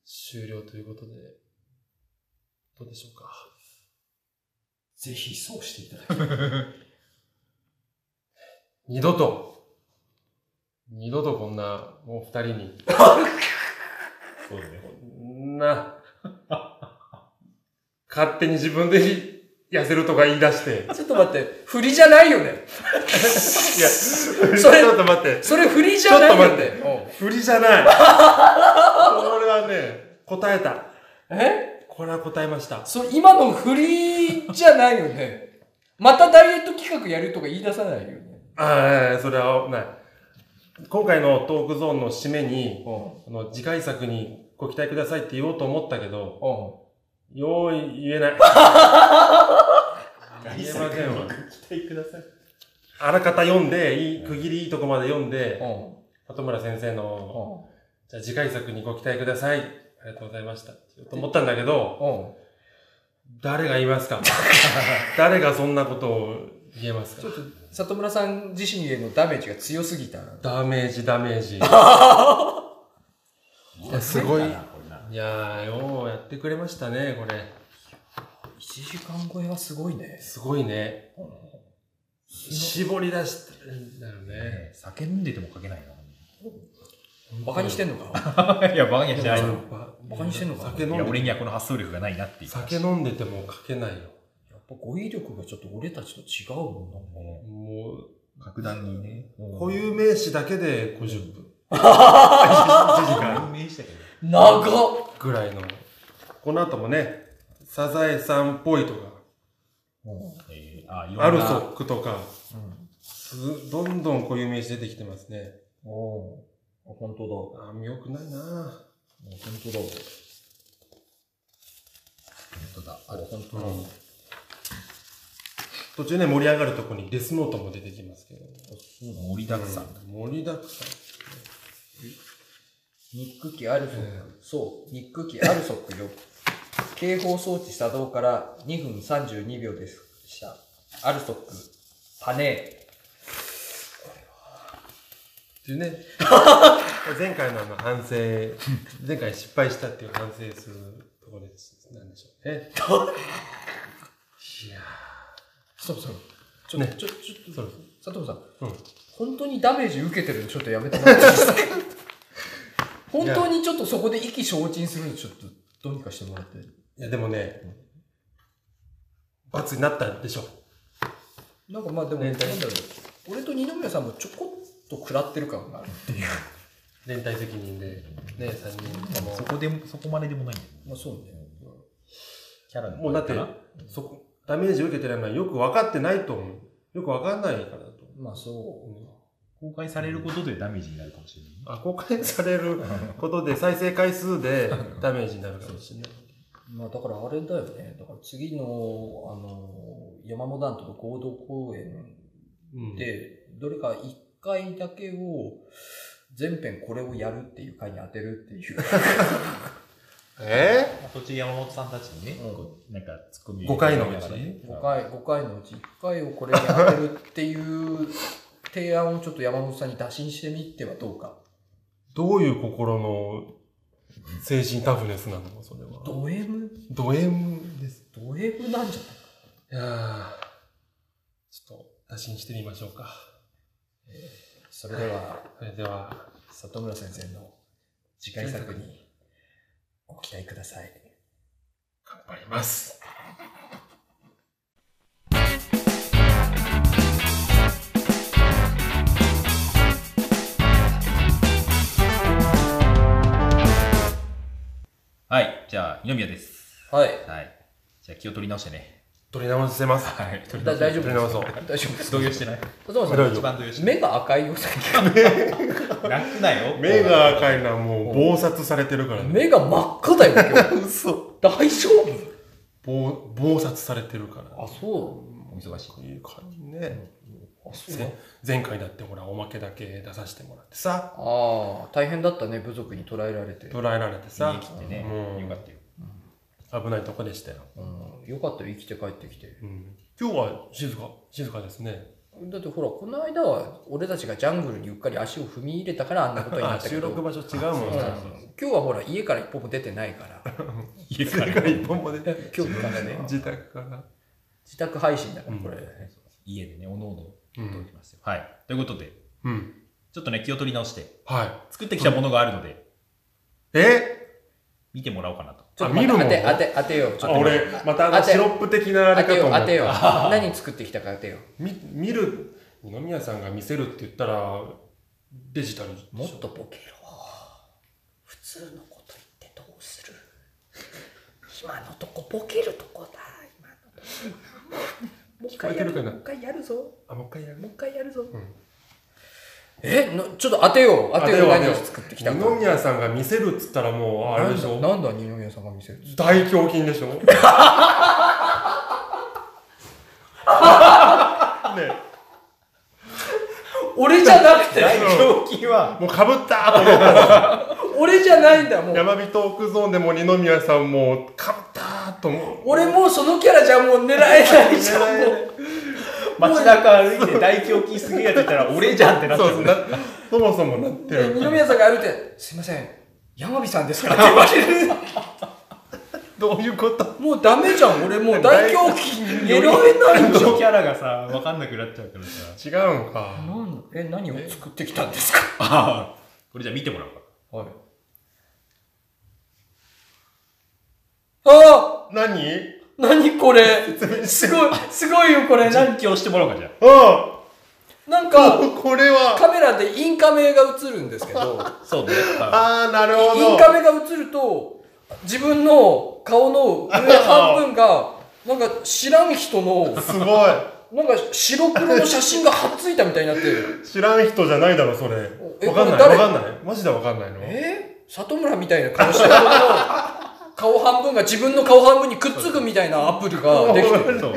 [SPEAKER 3] 終了ということで、どうでしょうか。
[SPEAKER 2] ぜひそうしていただきたい。
[SPEAKER 3] 二度と、二度とこんな、もう二人に、
[SPEAKER 1] そうね。
[SPEAKER 3] こんな、勝手に自分で痩せるとか言い出して、
[SPEAKER 2] ちょっと待って、振りじゃないよね。
[SPEAKER 3] いや、
[SPEAKER 2] それ
[SPEAKER 3] ちょっと待って。
[SPEAKER 2] それ振りじゃないよね。
[SPEAKER 3] ちょっと待って振りじゃない。これはね、答えた。
[SPEAKER 2] え
[SPEAKER 3] これは答えました。
[SPEAKER 2] そ今の振りじゃないよね。またダイエット企画やるとか言い出さないよね。
[SPEAKER 3] ああ、それはない。今回のトークゾーンの締めに、
[SPEAKER 2] うん。
[SPEAKER 3] あの次回作にご期待くださいって言おうと思ったけど、
[SPEAKER 2] う
[SPEAKER 3] よう言えない。言えませんわ。
[SPEAKER 1] 期待ください。
[SPEAKER 3] あらかた読んで、いい、区切りいいとこまで読んで、
[SPEAKER 2] ん。うん。
[SPEAKER 3] 里村先生の、じゃあ次回作にご期待ください。ありがとうございました。と思ったんだけど、
[SPEAKER 2] うん。
[SPEAKER 3] 誰が言いますか 誰がそんなことを言えます
[SPEAKER 2] ち
[SPEAKER 3] か
[SPEAKER 2] ょっと、里村さん自身へのダメージが強すぎた。
[SPEAKER 3] ダメージ、ダメージ。いや、すごい。いやー、ようやってくれましたね、これ。
[SPEAKER 2] 1時間超えはすごいね。
[SPEAKER 3] すごいね。絞り出してるんだよね。
[SPEAKER 1] ね酒飲んでても書けない
[SPEAKER 2] バカにしてんのか
[SPEAKER 1] な。いや、バカにはし
[SPEAKER 3] い
[SPEAKER 1] てな
[SPEAKER 3] や
[SPEAKER 1] いよ。
[SPEAKER 3] ば
[SPEAKER 2] バカにしてんのか
[SPEAKER 3] 酒
[SPEAKER 1] い
[SPEAKER 3] 飲
[SPEAKER 1] や、
[SPEAKER 3] ん
[SPEAKER 1] 俺
[SPEAKER 3] で
[SPEAKER 1] にはこの発想力がないなっていう。
[SPEAKER 3] 酒飲んでても書けないよ。
[SPEAKER 2] やっぱ語彙力がちょっと俺たちと違うもんな。
[SPEAKER 3] も
[SPEAKER 1] 格段にね。
[SPEAKER 3] う、
[SPEAKER 1] こ
[SPEAKER 3] 固有名詞だけで50分。1時間。
[SPEAKER 1] 明したけど。
[SPEAKER 2] 長っ
[SPEAKER 3] ぐらいの。この後もね、サザエさんっぽいとか。
[SPEAKER 1] えー、あ、いろんな。
[SPEAKER 3] アルソックとか、すどんどんこういう名詞出てきてますね。
[SPEAKER 2] おうあ本当だ。
[SPEAKER 3] あー、よくないな
[SPEAKER 2] 本当だ。
[SPEAKER 1] 本当だ。あれ、本
[SPEAKER 3] ぁ、うん途中ね、盛り上がるとこにデスノートも出てきますけど。
[SPEAKER 1] 当盛りだくさん。
[SPEAKER 3] うん盛りだくさん。
[SPEAKER 2] ニック機アルソック。そう、ニック機アルソックよ。警報装置作動から2分32秒でした。アルソック、パネー。
[SPEAKER 3] っていうね。 前回のあの反省、前回失敗したっていう反省するところです。なんでしょ うね。いや
[SPEAKER 2] そうそう。ちょ、
[SPEAKER 3] ね
[SPEAKER 2] ちょ、ちょ
[SPEAKER 3] ー
[SPEAKER 2] っ
[SPEAKER 3] そう
[SPEAKER 2] と、
[SPEAKER 3] です。
[SPEAKER 2] 佐藤さん、
[SPEAKER 3] うん。
[SPEAKER 2] 本当にダメージ受けてるのちょっとやめてもらっていい ですか本当にちょっとそこで意気消沈するのちょっとどうにかしてもらって。
[SPEAKER 3] いや、でもね、罰になったでしょ。
[SPEAKER 2] なんかまあでも、
[SPEAKER 3] ね
[SPEAKER 2] なんだろう。俺と二宮さんもちょこっと食らってる感があるっていう。
[SPEAKER 3] 連帯責任で、ね、3人とも
[SPEAKER 1] そ。こでも、そこまででもないんだよ
[SPEAKER 2] まあそうね。
[SPEAKER 1] キャラの
[SPEAKER 3] もうだって、そこ、ダメージ受けてないのはよく分かってないと思う。よく分かんないからだと
[SPEAKER 2] まあそう。
[SPEAKER 3] 思
[SPEAKER 1] 公開されることでダメージになるかもしれな
[SPEAKER 3] う。あ、公開されることで再生回数でダメージになる かもしれない。
[SPEAKER 2] まあだからあれだよね。だから次の、あの、山本団との合同公演
[SPEAKER 3] うん、
[SPEAKER 2] で、どれか一回だけを、全編これをやるっていう回に当てるっていう。
[SPEAKER 3] え
[SPEAKER 1] い。途中山本さんたちにね、
[SPEAKER 2] うん
[SPEAKER 1] こうなんかツッコミ
[SPEAKER 3] 5回のうちに
[SPEAKER 2] 5回、5回のうち1回をこれに当てるっていう提案をちょっと山本さんに打診してみてはどうか。
[SPEAKER 3] どういう心の精神タフネスなのそれは。
[SPEAKER 2] ド M?
[SPEAKER 3] ド M です。
[SPEAKER 2] ド M なんじゃない
[SPEAKER 3] いやーちょっと打診してみましょうか。
[SPEAKER 2] それでは、
[SPEAKER 3] それでは、
[SPEAKER 2] 里村先生の次回作にご期待ください。
[SPEAKER 3] 頑張ります。
[SPEAKER 1] はい、じゃあ、二宮です。
[SPEAKER 2] はい。
[SPEAKER 1] はい。じゃあ気を取り直してね。
[SPEAKER 3] 取り直せます。
[SPEAKER 1] はい、取
[SPEAKER 2] だ大丈夫
[SPEAKER 3] 取り直そう。
[SPEAKER 2] 大丈夫です。
[SPEAKER 1] 動揺してない。
[SPEAKER 2] 里
[SPEAKER 3] 大
[SPEAKER 2] 村
[SPEAKER 3] 丈
[SPEAKER 1] 一
[SPEAKER 2] さ
[SPEAKER 1] 番動揺し
[SPEAKER 2] ん、
[SPEAKER 1] て
[SPEAKER 2] 目が赤いよ、さっき
[SPEAKER 1] ない。泣くなよ。
[SPEAKER 3] 目が赤いのはもう暴殺されてるからね。
[SPEAKER 2] 目が真っ赤だよ、今日。
[SPEAKER 3] 嘘。
[SPEAKER 2] 大丈夫
[SPEAKER 3] 暴、暴殺されてるから。
[SPEAKER 2] あ、そう。
[SPEAKER 1] お忙しい。
[SPEAKER 3] いい感じね。
[SPEAKER 2] あ、そう。
[SPEAKER 3] 前回だってほら、おまけだけ出させてもらってさ、
[SPEAKER 2] ああ、大変だったね、部族に捕らえられて。
[SPEAKER 3] 捕らえられて
[SPEAKER 1] 逃
[SPEAKER 3] さ
[SPEAKER 1] げ、切ってね。
[SPEAKER 3] うん
[SPEAKER 1] よかったよ。
[SPEAKER 3] 危ないとこでしたよ。
[SPEAKER 2] うん、よかったよ、生きて帰ってきて。
[SPEAKER 3] うん。今日は静か、静かですね。
[SPEAKER 2] だってほら、この間は俺たちがジャングルにうっかり足を踏み入れたからあんなことにな
[SPEAKER 3] あ
[SPEAKER 2] ったけ
[SPEAKER 3] 収
[SPEAKER 2] ど。
[SPEAKER 3] 録場所違うもん
[SPEAKER 2] うん
[SPEAKER 3] ね。
[SPEAKER 2] 今日はほら、家から一歩も出てないから。
[SPEAKER 1] 家
[SPEAKER 3] それが一本も出て、
[SPEAKER 2] 今日からね、
[SPEAKER 3] 自宅から。
[SPEAKER 2] 自宅配信だから、これ。
[SPEAKER 1] 家でね、おのおの
[SPEAKER 3] うん
[SPEAKER 1] 撮ってますよ。はい。ということで、
[SPEAKER 3] うん。
[SPEAKER 1] ちょっとね、気を取り直して、
[SPEAKER 3] はい。
[SPEAKER 1] 作ってきたものがあるので、
[SPEAKER 3] え
[SPEAKER 1] 見てもらおうかなと。
[SPEAKER 2] ちょっと
[SPEAKER 3] あ見るもん
[SPEAKER 2] 当て、当て、当てよう。ちょっ
[SPEAKER 3] あ
[SPEAKER 2] と
[SPEAKER 3] 俺、またあの、
[SPEAKER 2] 当て
[SPEAKER 3] シロップ的なあれ
[SPEAKER 2] 当
[SPEAKER 3] か
[SPEAKER 2] て
[SPEAKER 3] と
[SPEAKER 2] よう、
[SPEAKER 3] 思っ
[SPEAKER 2] 当てよ
[SPEAKER 3] た。
[SPEAKER 2] う。何作ってきたか当てよう。
[SPEAKER 3] み見る、二宮さんが見せるって言ったら、デジタルでしょ
[SPEAKER 2] もっとボケろ。普通のこと言ってどうする今のとこボケるとこだ、今のとこ。もう一
[SPEAKER 3] 聞こえてるかな
[SPEAKER 2] もう一回やるぞ。
[SPEAKER 3] あ、もう一回やる
[SPEAKER 2] もう一回やるぞ。
[SPEAKER 3] ん
[SPEAKER 2] えなちょっと当てよう当てよう何を作ってきたか
[SPEAKER 3] 二宮さんが見せるっつったらもう、あれでし
[SPEAKER 2] な
[SPEAKER 3] ょ
[SPEAKER 2] んだなんだ二宮さんが見せる
[SPEAKER 3] 大胸 筋でしょねえ
[SPEAKER 2] 俺じゃなくて
[SPEAKER 1] 胸筋は、
[SPEAKER 3] もうかぶったーと思ったら
[SPEAKER 2] 俺じゃないんだもう
[SPEAKER 3] 山火トークゾーンでも二宮さんもかぶったーと思う
[SPEAKER 2] 俺もうそのキャラじゃもう狙えないじゃんもう
[SPEAKER 1] 街中歩いて大胸筋すげえやってたら、俺じゃんってなっちゃ
[SPEAKER 3] そう
[SPEAKER 1] う。
[SPEAKER 3] なそもそもなって
[SPEAKER 2] で
[SPEAKER 3] る
[SPEAKER 2] 二宮さんが歩いて「すいません 山火さんですか?」って言われる
[SPEAKER 3] どういうこと
[SPEAKER 2] もうダメじゃん俺もう大胸筋狙えない じゃん
[SPEAKER 1] キャラがさ、わかんなくなっちゃうからさ。
[SPEAKER 3] 違うんか
[SPEAKER 2] なんえ何を作ってきたんですか
[SPEAKER 1] ああ、これじゃあ見てもらおうか。
[SPEAKER 2] はいあ
[SPEAKER 3] 何
[SPEAKER 2] 何これすごいすごいよこれ何
[SPEAKER 1] 実況してもらおうか、じゃあ。
[SPEAKER 3] あ
[SPEAKER 2] なんか
[SPEAKER 3] あこれは
[SPEAKER 2] カメラでインカメが映るんですけど、
[SPEAKER 1] そうね。あ
[SPEAKER 3] ああなるほ
[SPEAKER 2] イン
[SPEAKER 3] ど
[SPEAKER 2] カメが映ると、自分の顔の上半分が、なんか知らん人の、
[SPEAKER 3] すごい
[SPEAKER 2] なんか白黒の写真がはっついたみたいになってる。
[SPEAKER 3] 知らん人じゃないだろそれ
[SPEAKER 2] え
[SPEAKER 3] わかんない
[SPEAKER 2] これ誰
[SPEAKER 3] わかんないマジでわかんないの
[SPEAKER 2] え里村みたいな顔した人の顔半分が自分の顔半分にくっつくみたいなアプリができてる。
[SPEAKER 1] そう。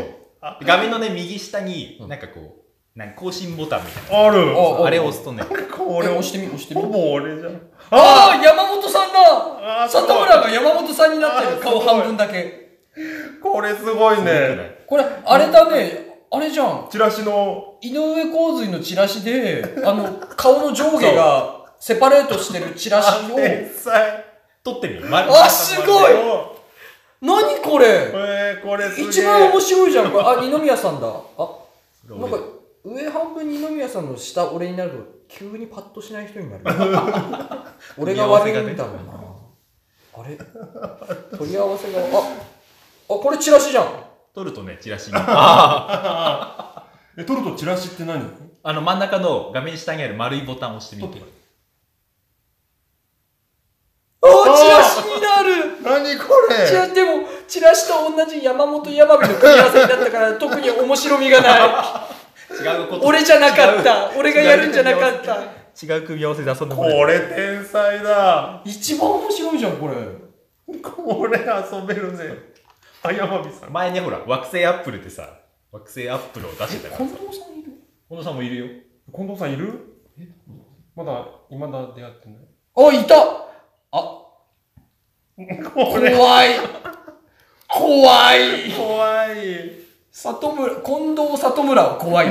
[SPEAKER 1] 画面のね、右下に、なんかこう、なんか更新ボタンみたいな。
[SPEAKER 3] ある
[SPEAKER 2] あ
[SPEAKER 1] あれを押すとね、
[SPEAKER 3] こ
[SPEAKER 2] え
[SPEAKER 3] れ
[SPEAKER 2] 押してみ、押してみ
[SPEAKER 3] ほ。ぼ俺じゃん
[SPEAKER 2] ああ山本さんだ
[SPEAKER 3] あーすごい
[SPEAKER 2] 里村が山本さんになって
[SPEAKER 3] あ
[SPEAKER 2] る
[SPEAKER 3] ー
[SPEAKER 2] 顔
[SPEAKER 3] すごい
[SPEAKER 2] 半分だけ。
[SPEAKER 3] これすごいね
[SPEAKER 2] これ、あれだね。あれじゃん。
[SPEAKER 3] チラシの、
[SPEAKER 2] 井上洪水のチラシで、あの、顔の上下がセパレートしてるチラシを、
[SPEAKER 3] 天才。
[SPEAKER 1] 撮ってみよう。丸
[SPEAKER 2] あすごい何これ
[SPEAKER 3] これ、これすげえ。
[SPEAKER 2] 一番面白いじゃん、これ。あ、二宮さんだ。あ、
[SPEAKER 1] それ
[SPEAKER 2] なん
[SPEAKER 1] 俺
[SPEAKER 2] か、上半分二宮さんの下俺になると、急にパッとしない人に なる。俺が悪いんだもんな。あ れ取り合わせが、あ、あ、これチラシじゃん。
[SPEAKER 1] 撮るとね、チラシに。あ
[SPEAKER 3] え、トルトチラシって何
[SPEAKER 1] の、真ん中の画面下にある丸いボタンを押してみて。
[SPEAKER 2] あ、チラシになる
[SPEAKER 3] 何こ
[SPEAKER 2] チラ
[SPEAKER 3] れ
[SPEAKER 2] でもチラシと同じ山本山火の組み合わせになったから特に面白みがない
[SPEAKER 1] 違う こと。
[SPEAKER 2] 俺じゃなかった俺がやるんじゃなかった
[SPEAKER 1] 違う組み合わせで遊んでもらえる
[SPEAKER 3] これ天才だ。
[SPEAKER 2] 一番面白いじゃんこれ
[SPEAKER 3] これ遊べるね。あ、山火さん。
[SPEAKER 1] 前にほら、惑星アップルってさ、惑星アップルを出してたから
[SPEAKER 2] 近
[SPEAKER 1] さ。
[SPEAKER 2] 藤さんいる
[SPEAKER 1] 本田さんもいるよ。
[SPEAKER 3] 近藤さんいるまだ、まだ出会ってない。
[SPEAKER 2] あいたあ
[SPEAKER 3] これ、
[SPEAKER 2] 怖い怖い
[SPEAKER 3] 怖い。
[SPEAKER 2] 里村近藤里村は怖い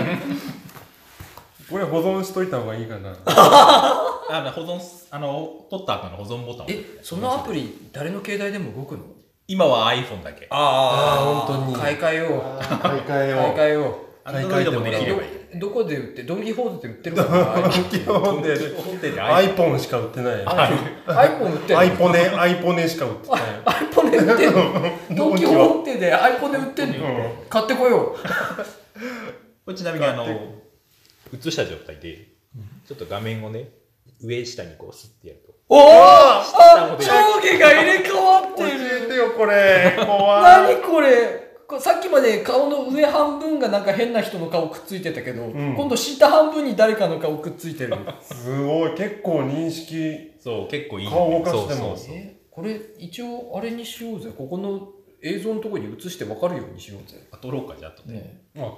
[SPEAKER 3] これ保存しといた方がいいかな。
[SPEAKER 1] あの、保存す、あの、撮った後の保存ボタンを押し
[SPEAKER 2] え
[SPEAKER 1] て
[SPEAKER 2] そのアプリ誰の携帯でも動くの
[SPEAKER 1] 今は iPhone だけ。
[SPEAKER 3] あー本当に
[SPEAKER 2] 買い替えよう
[SPEAKER 3] 買い替え
[SPEAKER 2] 買い替
[SPEAKER 3] え。
[SPEAKER 2] えよう
[SPEAKER 1] アンドロイドも
[SPEAKER 3] 買
[SPEAKER 1] で
[SPEAKER 3] い替え
[SPEAKER 1] き
[SPEAKER 3] て
[SPEAKER 1] れ
[SPEAKER 3] も
[SPEAKER 1] ば
[SPEAKER 3] ら
[SPEAKER 1] いい。
[SPEAKER 2] どどこで売ってドン・キホーテで売ってるから
[SPEAKER 3] 基本で、
[SPEAKER 1] 本店で iPhone。
[SPEAKER 3] iPhone しか売ってない。
[SPEAKER 2] iPhone 売ってる
[SPEAKER 3] iPhone、iPhone しか売ってない。
[SPEAKER 2] アイポネ売ってん のドン・キホーテでアイポネ売ってん
[SPEAKER 3] う
[SPEAKER 2] の
[SPEAKER 3] ん
[SPEAKER 2] 買ってこよう
[SPEAKER 1] これちなみにあの
[SPEAKER 3] 買っ
[SPEAKER 1] 映した状態で、ちょっと画面をね上下にこうスッてやると
[SPEAKER 2] おお
[SPEAKER 1] あ
[SPEAKER 2] 上下が入れ替わって
[SPEAKER 3] 教え
[SPEAKER 2] る
[SPEAKER 3] てよ、これ。怖い。
[SPEAKER 2] 何これこれさっきまで顔の上半分がなんか変な人の顔くっついてたけど、
[SPEAKER 3] ん
[SPEAKER 2] 今度下半分に誰かの顔くっついて る
[SPEAKER 3] すごい、結構認識。
[SPEAKER 1] そう結構いい、
[SPEAKER 3] 顔動かして
[SPEAKER 1] そ
[SPEAKER 3] も
[SPEAKER 1] うそうそう
[SPEAKER 2] えこれ一応あれにしようぜここの映像のところに映して分かるようにしようぜ
[SPEAKER 1] あ撮ろうかじゃあと、
[SPEAKER 2] ねえ
[SPEAKER 3] あ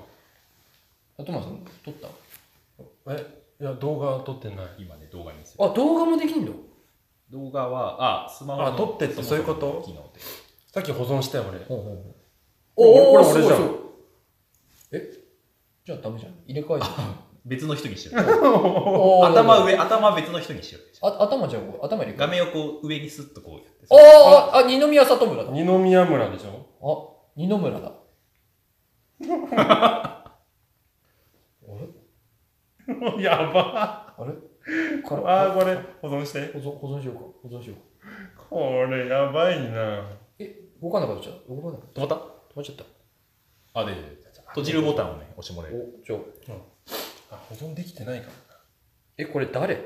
[SPEAKER 2] 里村さん撮った
[SPEAKER 3] え、いや、動画撮ってない。
[SPEAKER 1] 今ね動画にする
[SPEAKER 2] あ動画もできんの
[SPEAKER 1] 動画はあスマホの
[SPEAKER 3] あ撮ってってそういうこと
[SPEAKER 1] スマホの機能で
[SPEAKER 3] さっき保存したよ、俺。
[SPEAKER 2] おお
[SPEAKER 3] これ
[SPEAKER 2] す
[SPEAKER 3] 俺
[SPEAKER 2] ごい
[SPEAKER 3] じゃん
[SPEAKER 2] すごいえじゃあダメじゃん入れ替えちゃ う
[SPEAKER 1] 別の人にしよ う
[SPEAKER 2] おー
[SPEAKER 1] 頭上頭は別の人にしよう
[SPEAKER 2] あ頭じゃんこう頭入れ替
[SPEAKER 1] 画
[SPEAKER 2] え
[SPEAKER 1] 面をこう上にスッとこうやって
[SPEAKER 2] あーああ二宮里村だあ
[SPEAKER 3] 二宮村でしょ
[SPEAKER 2] 二村だあれ
[SPEAKER 3] やば。
[SPEAKER 2] あれ
[SPEAKER 3] あ
[SPEAKER 2] から
[SPEAKER 3] ー、これ、保存して。
[SPEAKER 2] 保存保存しようか保存しようか
[SPEAKER 3] これ、やばいな。
[SPEAKER 2] え動かなかったじゃん動かなかっ
[SPEAKER 1] 止まった
[SPEAKER 2] た止まっちゃった
[SPEAKER 1] あででで閉じるボタンをね押してもらえる
[SPEAKER 2] おじゃあ
[SPEAKER 3] あ、保存できてないかも
[SPEAKER 2] えこれ誰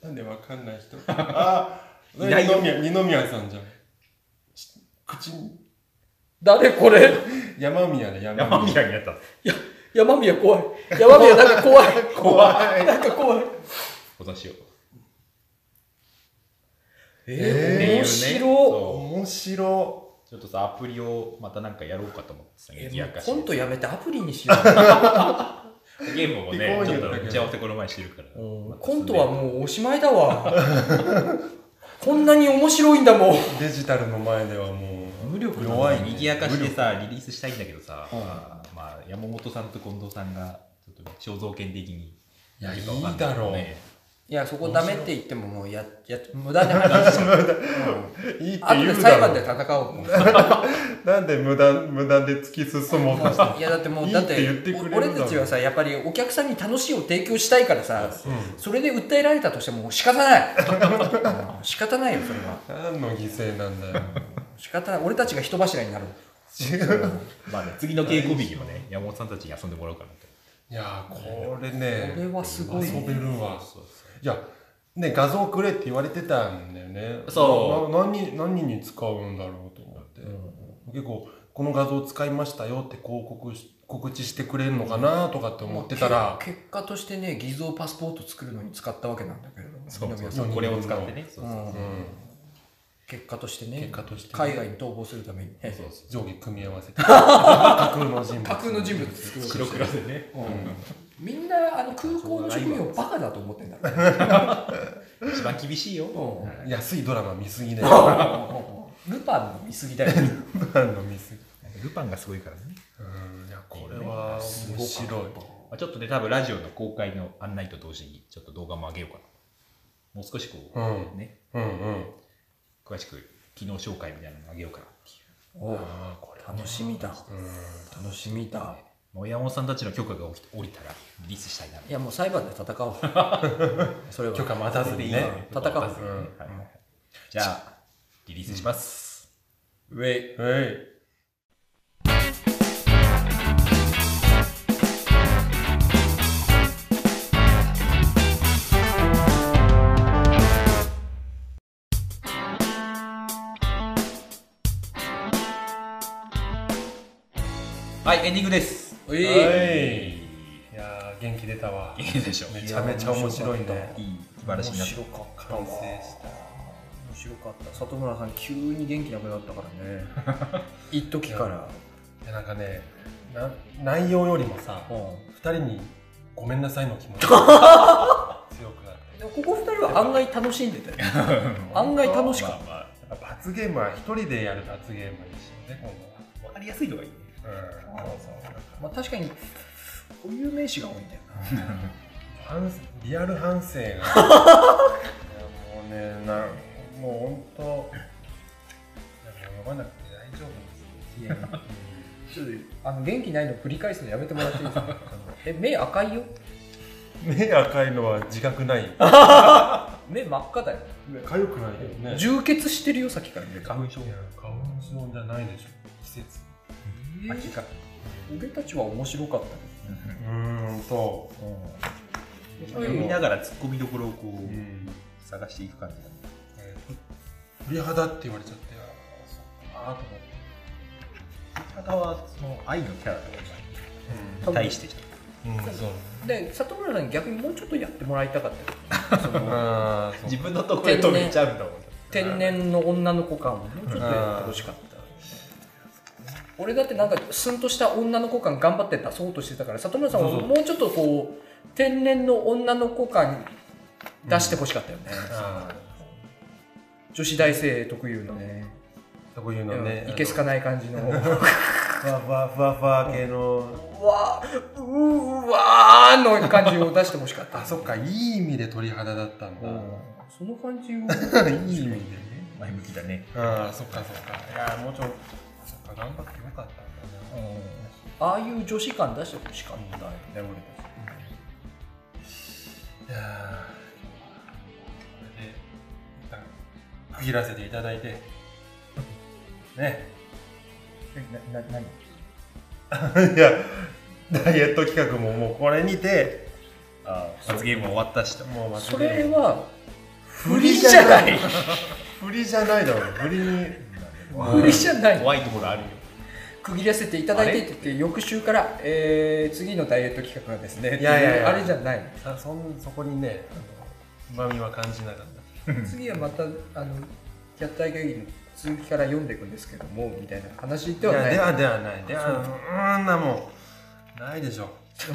[SPEAKER 3] な。なんでわかん ない人。あ、二
[SPEAKER 1] いないよ
[SPEAKER 3] 宮、二宮さんじゃん。し口に、
[SPEAKER 2] 誰こ れ
[SPEAKER 3] 山宮で山
[SPEAKER 1] 山
[SPEAKER 3] 宮。
[SPEAKER 1] 宮になった
[SPEAKER 2] や山宮怖い山宮なんか怖い
[SPEAKER 3] 怖い
[SPEAKER 2] なんか怖い
[SPEAKER 1] 保存しようっていう
[SPEAKER 2] え
[SPEAKER 1] ね
[SPEAKER 2] 面白
[SPEAKER 1] そう
[SPEAKER 3] 面白。
[SPEAKER 1] ちょっとさアプリをまたなんかやろうかと思ってた
[SPEAKER 2] え
[SPEAKER 1] ね
[SPEAKER 2] も
[SPEAKER 1] や
[SPEAKER 2] う
[SPEAKER 1] かし
[SPEAKER 2] コ
[SPEAKER 1] で
[SPEAKER 2] ントやめてアプリにしよう、
[SPEAKER 1] ゲームもね
[SPEAKER 3] 行こうよ
[SPEAKER 1] ちょっと打ち合わせこの前してるから、
[SPEAKER 2] う
[SPEAKER 1] ま
[SPEAKER 2] ん
[SPEAKER 1] た
[SPEAKER 2] コ
[SPEAKER 1] 進ん
[SPEAKER 2] ント
[SPEAKER 1] で
[SPEAKER 2] はもうおしまいだ わこんなに面白いんだもん
[SPEAKER 3] デジタルの前ではもう、
[SPEAKER 2] 無力だね
[SPEAKER 3] 弱い、ね。
[SPEAKER 1] にぎやかし
[SPEAKER 3] 無
[SPEAKER 1] で
[SPEAKER 3] 力
[SPEAKER 1] さリリースしたいんだけどさ、
[SPEAKER 2] うん
[SPEAKER 1] まあまあ、山本さんと近藤さんがちょっと肖像権的に
[SPEAKER 3] いや
[SPEAKER 1] 何かわかんなけどね
[SPEAKER 2] いやそこダメって言ってももうやや無駄に話しちゃう、うん
[SPEAKER 3] いいって
[SPEAKER 2] あと
[SPEAKER 3] 言
[SPEAKER 2] で
[SPEAKER 3] うだ
[SPEAKER 2] 裁判で
[SPEAKER 3] ろ。
[SPEAKER 2] 戦おう もう
[SPEAKER 3] なんで無駄、無駄で突き進もうとした
[SPEAKER 2] いやだってもうだって
[SPEAKER 3] いいって言ってくれるんだも
[SPEAKER 2] 俺
[SPEAKER 3] ん
[SPEAKER 2] たちはさやっぱりお客さんに楽しいを提供したいからさそれで訴えられたとしてももう仕方ない、 うん仕方ないよそれは
[SPEAKER 3] 何の犠牲なんだよ。
[SPEAKER 2] 仕方ない俺たちが人柱になる
[SPEAKER 3] 違う。
[SPEAKER 1] まあね次の稽古日にもね山本さんたちに遊んでもらおうかなと
[SPEAKER 3] いやー、これ
[SPEAKER 2] こ
[SPEAKER 3] ね。
[SPEAKER 2] れはすごい
[SPEAKER 3] 遊
[SPEAKER 2] ね
[SPEAKER 3] べるわ。
[SPEAKER 1] そうそう
[SPEAKER 3] いや、ね、画像くれって言われてたんだよね。。
[SPEAKER 1] そう
[SPEAKER 3] な何何に使うんだろうと思って。結構、この画像使いましたよって広告し告知してくれるのかなとかって思ってたら、
[SPEAKER 2] 結果としてね偽造パスポート作るのに使ったわけなんだけれども
[SPEAKER 1] そうそう
[SPEAKER 2] 南
[SPEAKER 1] そう
[SPEAKER 2] 野さん
[SPEAKER 1] これを使ってねそうそう
[SPEAKER 2] うん
[SPEAKER 3] うん、
[SPEAKER 2] 結果としてね
[SPEAKER 3] 結果としてね
[SPEAKER 2] 海外に逃亡するため に
[SPEAKER 1] そうそう
[SPEAKER 3] 上下組み合 わせて。架空の人物。
[SPEAKER 2] 架空の人物作
[SPEAKER 1] 白
[SPEAKER 2] る
[SPEAKER 1] 黒でね
[SPEAKER 2] みんなあの空港の職員をバカだと思ってんだから、
[SPEAKER 1] 一番厳しいよ
[SPEAKER 2] うん
[SPEAKER 1] はい
[SPEAKER 3] 安いドラマ見すぎだ よ。
[SPEAKER 2] ルパンの見過ぎだよ
[SPEAKER 3] 何の見すぎ。
[SPEAKER 1] ルパンがすごいからね
[SPEAKER 3] うんああ、
[SPEAKER 2] す
[SPEAKER 3] 面
[SPEAKER 2] ご
[SPEAKER 3] 白い
[SPEAKER 2] かっ。
[SPEAKER 1] まあ、ちょっとね、多分ラジオの公開の案内と同時に、ちょっと動画も上げようかな。もう少しこう、
[SPEAKER 3] う
[SPEAKER 1] ね、
[SPEAKER 3] うんうん。
[SPEAKER 1] 詳しく、機能紹介みたいなの上げようかなっていう。
[SPEAKER 2] たおう
[SPEAKER 3] ああ、これは
[SPEAKER 2] 楽しみだ
[SPEAKER 3] うん。
[SPEAKER 2] 楽しみだ
[SPEAKER 1] まあ親御さんたちの許可が下り下りたら、リリースしたいな。
[SPEAKER 2] いやもう裁判で戦 おうそれは
[SPEAKER 3] 許可待たずにね。
[SPEAKER 2] 戦おう
[SPEAKER 1] ずにね
[SPEAKER 3] うん
[SPEAKER 1] はいはいはいじゃあ、リリースします。
[SPEAKER 2] ウェイ
[SPEAKER 3] はい。
[SPEAKER 1] はい、エンディングです。
[SPEAKER 2] ウ
[SPEAKER 3] は
[SPEAKER 2] ェイ
[SPEAKER 3] い。いやー、元気出たわ。
[SPEAKER 1] いいでしょう。
[SPEAKER 3] めちゃめちゃ面白いね。
[SPEAKER 1] いい、素晴らしいな
[SPEAKER 2] 面
[SPEAKER 1] と
[SPEAKER 2] 白かったわ
[SPEAKER 3] 完成した。
[SPEAKER 2] 面白かった里村さん急に元気なくなったからね 一時から
[SPEAKER 3] いやなんかね、な内容よりもさ、
[SPEAKER 2] うん
[SPEAKER 3] 二人にごめんなさいの気持ち が強くなって。
[SPEAKER 2] でもここ二人は案外楽しんでたよ 案外楽しかった
[SPEAKER 1] まあ
[SPEAKER 3] やっぱ罰ゲームは一人でやる罰ゲームにしようね、今
[SPEAKER 1] まあわかりやすいのがいいね。
[SPEAKER 3] 度は。うん、そうそう。
[SPEAKER 2] まあ確かに固有名詞が多いんだよな
[SPEAKER 3] 反リアル反省が いやもうねなもう本当いやもう読まなくて大丈夫
[SPEAKER 2] い
[SPEAKER 3] です
[SPEAKER 2] やちょっとあの元気ないの繰り返すのやめてもらっていいですかえ目赤いよ
[SPEAKER 3] 目赤いのは自覚ないよ
[SPEAKER 2] 目真っ赤だよ
[SPEAKER 3] 痒くないよね
[SPEAKER 2] 充血してるよさっきから目が
[SPEAKER 3] 花粉症花粉症じゃないでしょ季節
[SPEAKER 2] 秋か俺たちは面白かった
[SPEAKER 3] うーんと
[SPEAKER 2] けど、
[SPEAKER 1] 読みながら突っ込みどころをこ
[SPEAKER 3] う、
[SPEAKER 1] うん探していく感じだね。
[SPEAKER 3] えー鳥肌って言われちゃってああと思って、
[SPEAKER 1] 方はその愛のキャラとか
[SPEAKER 2] 多
[SPEAKER 1] に
[SPEAKER 2] 分
[SPEAKER 1] 対してちょっ
[SPEAKER 3] うんうんそう
[SPEAKER 2] で里村さんに逆にもうちょっとやってもらいたかったよその
[SPEAKER 3] あー
[SPEAKER 1] と
[SPEAKER 3] そ
[SPEAKER 1] 自
[SPEAKER 3] う
[SPEAKER 1] 分のところで止めちゃうんだもん。
[SPEAKER 2] 天然の女の子感をもうちょっとやってほしかった俺だってなんかスンとした女の子感頑張って出そうとしてたから里村さんは
[SPEAKER 3] そうそう
[SPEAKER 2] もうちょっとこう天然の女の子感出してほしかったよね、
[SPEAKER 3] あ
[SPEAKER 2] 女子大生特有のね、
[SPEAKER 3] ー特有のね
[SPEAKER 2] うんいけすかない感じ の
[SPEAKER 3] ふわふわふわふわ系の
[SPEAKER 2] うわーうーわーの感じを出してほしかった
[SPEAKER 3] あ、そっか、いい意味で鳥肌だったんだ。
[SPEAKER 2] うんその感 じを
[SPEAKER 3] いい意味でね。
[SPEAKER 1] 前向きだね。
[SPEAKER 3] ああ、そっかそっか。いやー、もうちょっと、そっか、頑張ってよかったんだな。
[SPEAKER 2] ああいう女子感出してほしかったよね俺たち
[SPEAKER 3] いやー、これで、一旦、区切らせていただいて、ね。
[SPEAKER 2] なな何
[SPEAKER 3] いや、ダイエット企画ももうこれにて、
[SPEAKER 1] ああ、罰ゲーム終わったしと。
[SPEAKER 3] もう忘
[SPEAKER 2] それは
[SPEAKER 3] 振
[SPEAKER 2] 振
[SPEAKER 3] り
[SPEAKER 2] り
[SPEAKER 3] じ
[SPEAKER 2] じ
[SPEAKER 3] ゃ
[SPEAKER 2] ゃ
[SPEAKER 3] な
[SPEAKER 2] ない い
[SPEAKER 3] 振りじゃないだろう、振りに。
[SPEAKER 2] 振りじゃない
[SPEAKER 1] 怖いところあるよ。
[SPEAKER 2] 区切らせていただいてって言って翌週から、えー次のダイエット企画がですねってう
[SPEAKER 3] いやいやいや
[SPEAKER 2] あれじゃない
[SPEAKER 3] さそんそこにね、うまみは感じなかった。
[SPEAKER 2] 次はまたあのキャッタイ会議の続きから読んでいくんですけどもみたいな話ではないい
[SPEAKER 3] やではではないではうーんなもんないでしょ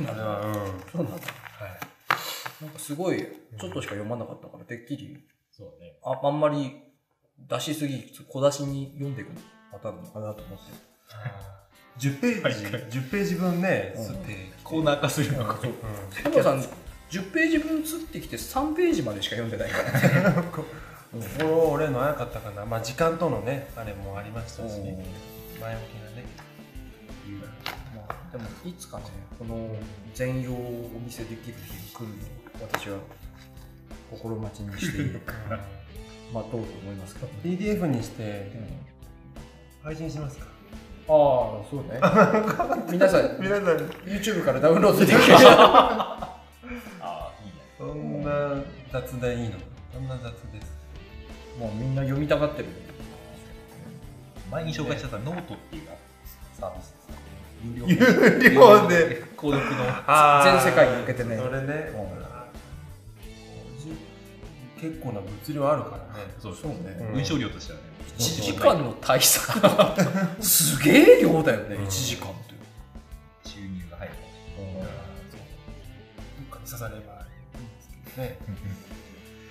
[SPEAKER 3] あれはうんはい
[SPEAKER 2] そうなんだなんかすごいちょっとしか読まなかったからてっきり
[SPEAKER 1] そうね。
[SPEAKER 2] ああんまり出しすぎ小出しに読んでいくパターンなのかなと思って
[SPEAKER 3] 10ページ10ページ分ね
[SPEAKER 2] うん
[SPEAKER 3] 吸って
[SPEAKER 1] コーナー化するのが
[SPEAKER 2] そう
[SPEAKER 3] う
[SPEAKER 2] 佐藤さん10ページ分移ってきて3ページまでしか読んでないからね
[SPEAKER 3] んこ心折れの早かったかなまあ時間とのねあれもありましたしね前向きなね
[SPEAKER 2] まあでもいつかねこの全容をお見せできる日が来るのを私は心待ちにして待とうと思いますけど、
[SPEAKER 3] うん PDF にして
[SPEAKER 2] うん
[SPEAKER 3] 配信しますか
[SPEAKER 2] ああそうね 皆さん
[SPEAKER 3] 皆さん
[SPEAKER 2] YouTube からダウンロードできるじゃん
[SPEAKER 1] ああ、いいね。
[SPEAKER 3] そんな雑でいいのそんな雑です
[SPEAKER 2] もうみんな読みたがってる
[SPEAKER 1] 前に紹介しちゃったノートっていうサービスですね。有料
[SPEAKER 3] 有料で
[SPEAKER 1] 購読の。
[SPEAKER 3] あー
[SPEAKER 2] 全世界に向けてね
[SPEAKER 3] それね、結構な物量あるからね
[SPEAKER 1] そう
[SPEAKER 2] そうね
[SPEAKER 1] 文章量としてはね。
[SPEAKER 2] 1時間の対策だ すげえ量だよね
[SPEAKER 3] うん
[SPEAKER 2] 1時間って
[SPEAKER 1] 注入が入る。
[SPEAKER 3] どっかに刺さればね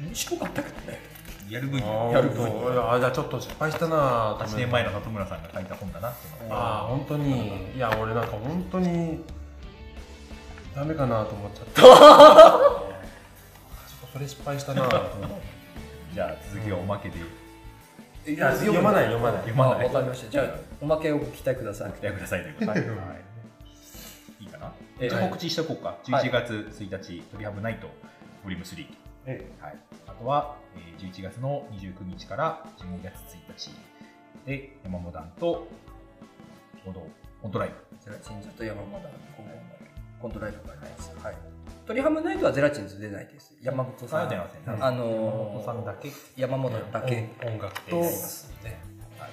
[SPEAKER 2] 面白かったけどね
[SPEAKER 1] やる分に
[SPEAKER 3] あ
[SPEAKER 1] は
[SPEAKER 3] ー
[SPEAKER 1] やる
[SPEAKER 3] ほんといやあじゃあちょっと失敗したな
[SPEAKER 1] 8年前の里村さんが書いた本だなっていうのは
[SPEAKER 3] ああ本当にいや俺なんか本当にダメかなと思っちゃった。ちょっとこれ失敗したなと思っ
[SPEAKER 1] じゃあ続きはおまけで、
[SPEAKER 3] て。 いや、読まない、読まない。
[SPEAKER 1] 読まない
[SPEAKER 2] わかりました。じゃあ、おまけをご期待ください。
[SPEAKER 1] 期待くださいということで、はいいいかな、えー
[SPEAKER 3] はい
[SPEAKER 1] 告知しておこうか11月1日「鳥ハムナイト」ボリューム3、
[SPEAKER 3] え
[SPEAKER 1] はい、あとは、えー、11月の29日から12月1日で山本団とちょうどオントライブ
[SPEAKER 2] ゼラチンズと山本は今後のコントライブがあります。はい。鳥ハムナイトはゼラチンズ出ないです。山本さ
[SPEAKER 1] あ
[SPEAKER 2] ん。
[SPEAKER 1] 出ません
[SPEAKER 2] あのー
[SPEAKER 1] 山本さんだけ
[SPEAKER 2] 山本だけ。
[SPEAKER 3] 音音楽と、
[SPEAKER 2] で
[SPEAKER 1] ですねはい、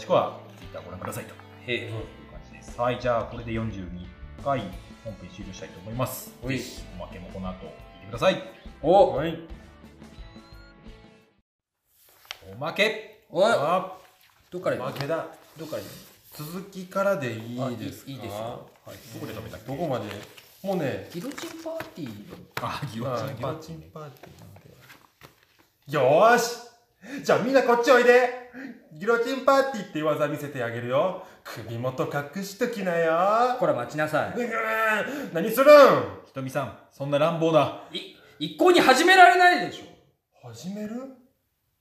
[SPEAKER 1] 詳しくは Twitter ご覧くださいと
[SPEAKER 2] へえ。
[SPEAKER 1] いう感じですはいじゃあこれで42回本編終了したいと思います
[SPEAKER 2] おい
[SPEAKER 1] おまけもこの後聞いてください
[SPEAKER 2] お
[SPEAKER 3] はい。
[SPEAKER 1] おまけ
[SPEAKER 2] おい
[SPEAKER 3] あ、
[SPEAKER 2] どっから行
[SPEAKER 3] 負
[SPEAKER 2] く
[SPEAKER 3] けだ。
[SPEAKER 2] どっから行
[SPEAKER 3] 続きからでいいです
[SPEAKER 2] あ
[SPEAKER 3] か
[SPEAKER 2] いいいいですよ
[SPEAKER 3] はい、
[SPEAKER 1] どこで止めたっけ
[SPEAKER 3] どこまでもうね、
[SPEAKER 2] くギロチンパーティー
[SPEAKER 1] あギ
[SPEAKER 3] まあギ
[SPEAKER 1] パ
[SPEAKER 3] ロ
[SPEAKER 1] ーテ
[SPEAKER 3] チ
[SPEAKER 1] ィー
[SPEAKER 3] ン
[SPEAKER 1] ね
[SPEAKER 3] パーティーなんで。よーしじゃあみんなこっちおいでギロチンパーティーっていう技見せてあげるよ首元隠しときなよ
[SPEAKER 2] こら待ちなさ。
[SPEAKER 3] ぐぐー何するん
[SPEAKER 1] ひとみさんそんな乱暴ない
[SPEAKER 2] い、一向に始められないでしょ。
[SPEAKER 3] 始める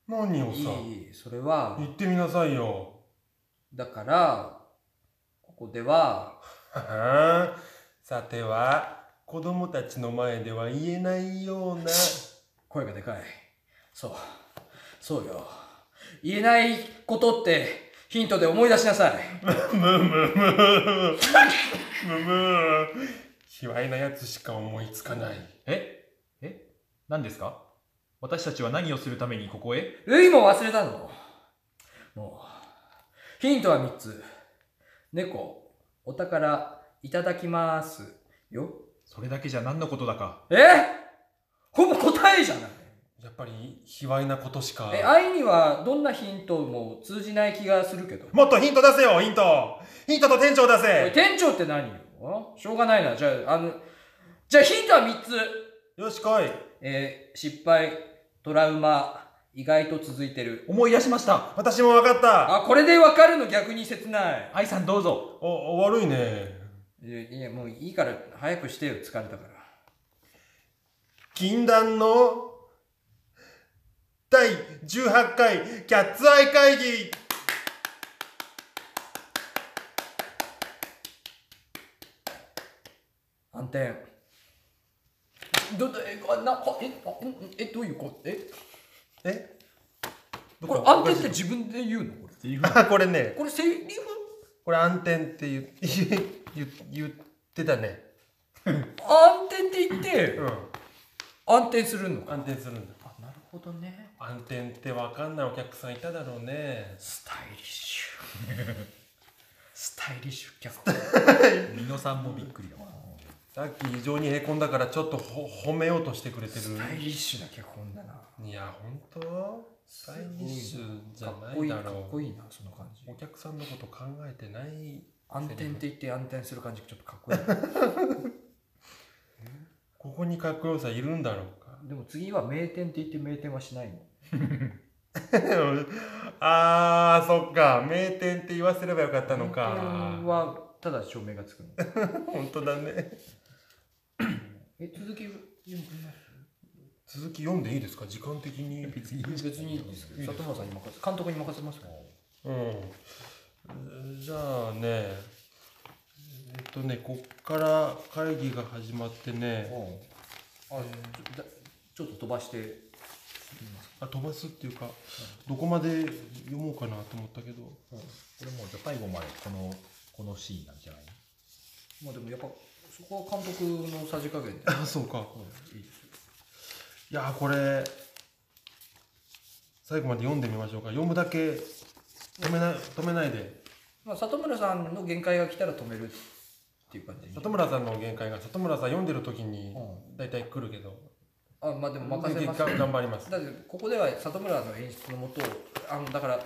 [SPEAKER 3] 何を
[SPEAKER 2] い
[SPEAKER 3] さ、
[SPEAKER 2] い、いいそれは
[SPEAKER 3] 言、ってみなさいよ。
[SPEAKER 2] だから、ここでは、
[SPEAKER 3] はあ、さては、子供たちの前では言えないよう な。
[SPEAKER 2] 声がでかい。そう。そうよ。言えないことってヒントで思い出しなさい。
[SPEAKER 3] むむむむむむ卑猥なやつしか思いつかない。
[SPEAKER 1] ええ何ですか私たちは何をするためにここへ
[SPEAKER 2] ルイも忘れたの。もう。ヒントは3つ。猫、お宝、いただきます。よ。
[SPEAKER 1] それだけじゃ何のことだか
[SPEAKER 2] えほぼ答えじゃない。
[SPEAKER 3] やっぱり、卑猥なことしか。
[SPEAKER 2] え、愛にはどんなヒントも通じない気がするけど。
[SPEAKER 3] もっとヒント出せよ、ヒントヒントと店長出
[SPEAKER 2] おい
[SPEAKER 3] せ
[SPEAKER 2] 店長って何よしょうがないな。じゃあ、あの、じゃあヒントは3つ。
[SPEAKER 3] よし、来い
[SPEAKER 2] えー失敗、トラウマ、意外と続いてる。
[SPEAKER 1] 思い出しました
[SPEAKER 3] 私もわかった
[SPEAKER 2] あ、これでわかるの逆に切ない。
[SPEAKER 1] 愛さんどうぞ
[SPEAKER 3] お、お悪いね。
[SPEAKER 2] いや、いやもういいから早くしてよ、疲れたから。
[SPEAKER 3] 禁断の、第18回キャッツアイ会議
[SPEAKER 2] 反転。ど、ど、え、あ、な、あ、え、あ、んんえ、どういうことえ、
[SPEAKER 3] え
[SPEAKER 2] これ暗転って自分で言うのこれ。
[SPEAKER 1] セリフ
[SPEAKER 3] あ、これね、
[SPEAKER 2] これセリフ
[SPEAKER 3] これ暗転って言う 言言ってたね。
[SPEAKER 2] 暗転って言って、
[SPEAKER 3] うん。
[SPEAKER 2] 暗転するのか。
[SPEAKER 3] 暗転するんだ。
[SPEAKER 2] あ、なるほどね。
[SPEAKER 3] 暗転ってわかんないお客さんいただろうね。
[SPEAKER 2] スタイリッシュ。スタイリッシュ脚
[SPEAKER 1] 美濃さんもびっくりだわ
[SPEAKER 3] さっき異常にへこんだからちょっとほ褒めようとしてくれてる
[SPEAKER 2] ス。タイリッシュな脚本だな。
[SPEAKER 3] いや、ほんとスタイリッシュじゃ
[SPEAKER 2] かっ
[SPEAKER 3] な
[SPEAKER 2] こいい、
[SPEAKER 3] いだ
[SPEAKER 2] かっ
[SPEAKER 3] ろ
[SPEAKER 2] こ
[SPEAKER 3] う。
[SPEAKER 2] いいな、その感じ。
[SPEAKER 3] お客さんのこと考えてない。
[SPEAKER 2] 暗転って言って暗転する感じちょっとかっこいい。
[SPEAKER 3] ここにかっこよさいるんだろうか。
[SPEAKER 2] でも次は名店って言って名店はしないの。
[SPEAKER 3] あー、そっか。名店って言わせればよかった
[SPEAKER 2] 名
[SPEAKER 3] の
[SPEAKER 2] 店
[SPEAKER 3] か。
[SPEAKER 2] はただ照明がつくの。
[SPEAKER 3] ほんとだね。
[SPEAKER 2] え、続き読みま
[SPEAKER 3] 続き読んでいいですか時間的に。
[SPEAKER 1] 別に
[SPEAKER 2] す別にいいですけど、里村さんに任せ、監督に任せますか
[SPEAKER 3] うん、じゃあねえっとねこっから会議が始まってね
[SPEAKER 2] あ、ちょだちょっと飛ばして。
[SPEAKER 3] あ飛ばすっていうかどこまで読もうかなと思ったけど
[SPEAKER 1] これもうじゃあ最後までこのこのシーンなんじゃない
[SPEAKER 2] まあでもやっぱ、そこは監督のさじ加減で。
[SPEAKER 3] あそうか
[SPEAKER 2] いいですよ
[SPEAKER 3] いやーこれ最後まで読んでみましょうか読むだけ止めない止めないで
[SPEAKER 2] まあ、里村さんの限界が来たら止めるっていう感じ。
[SPEAKER 3] 里村さんの限界が里村さん読んでる時に
[SPEAKER 2] う
[SPEAKER 3] 大体来るけど、
[SPEAKER 2] あ、まあでも任せます。
[SPEAKER 3] 頑張ります
[SPEAKER 2] だってここでは里村の演出のもとあのだから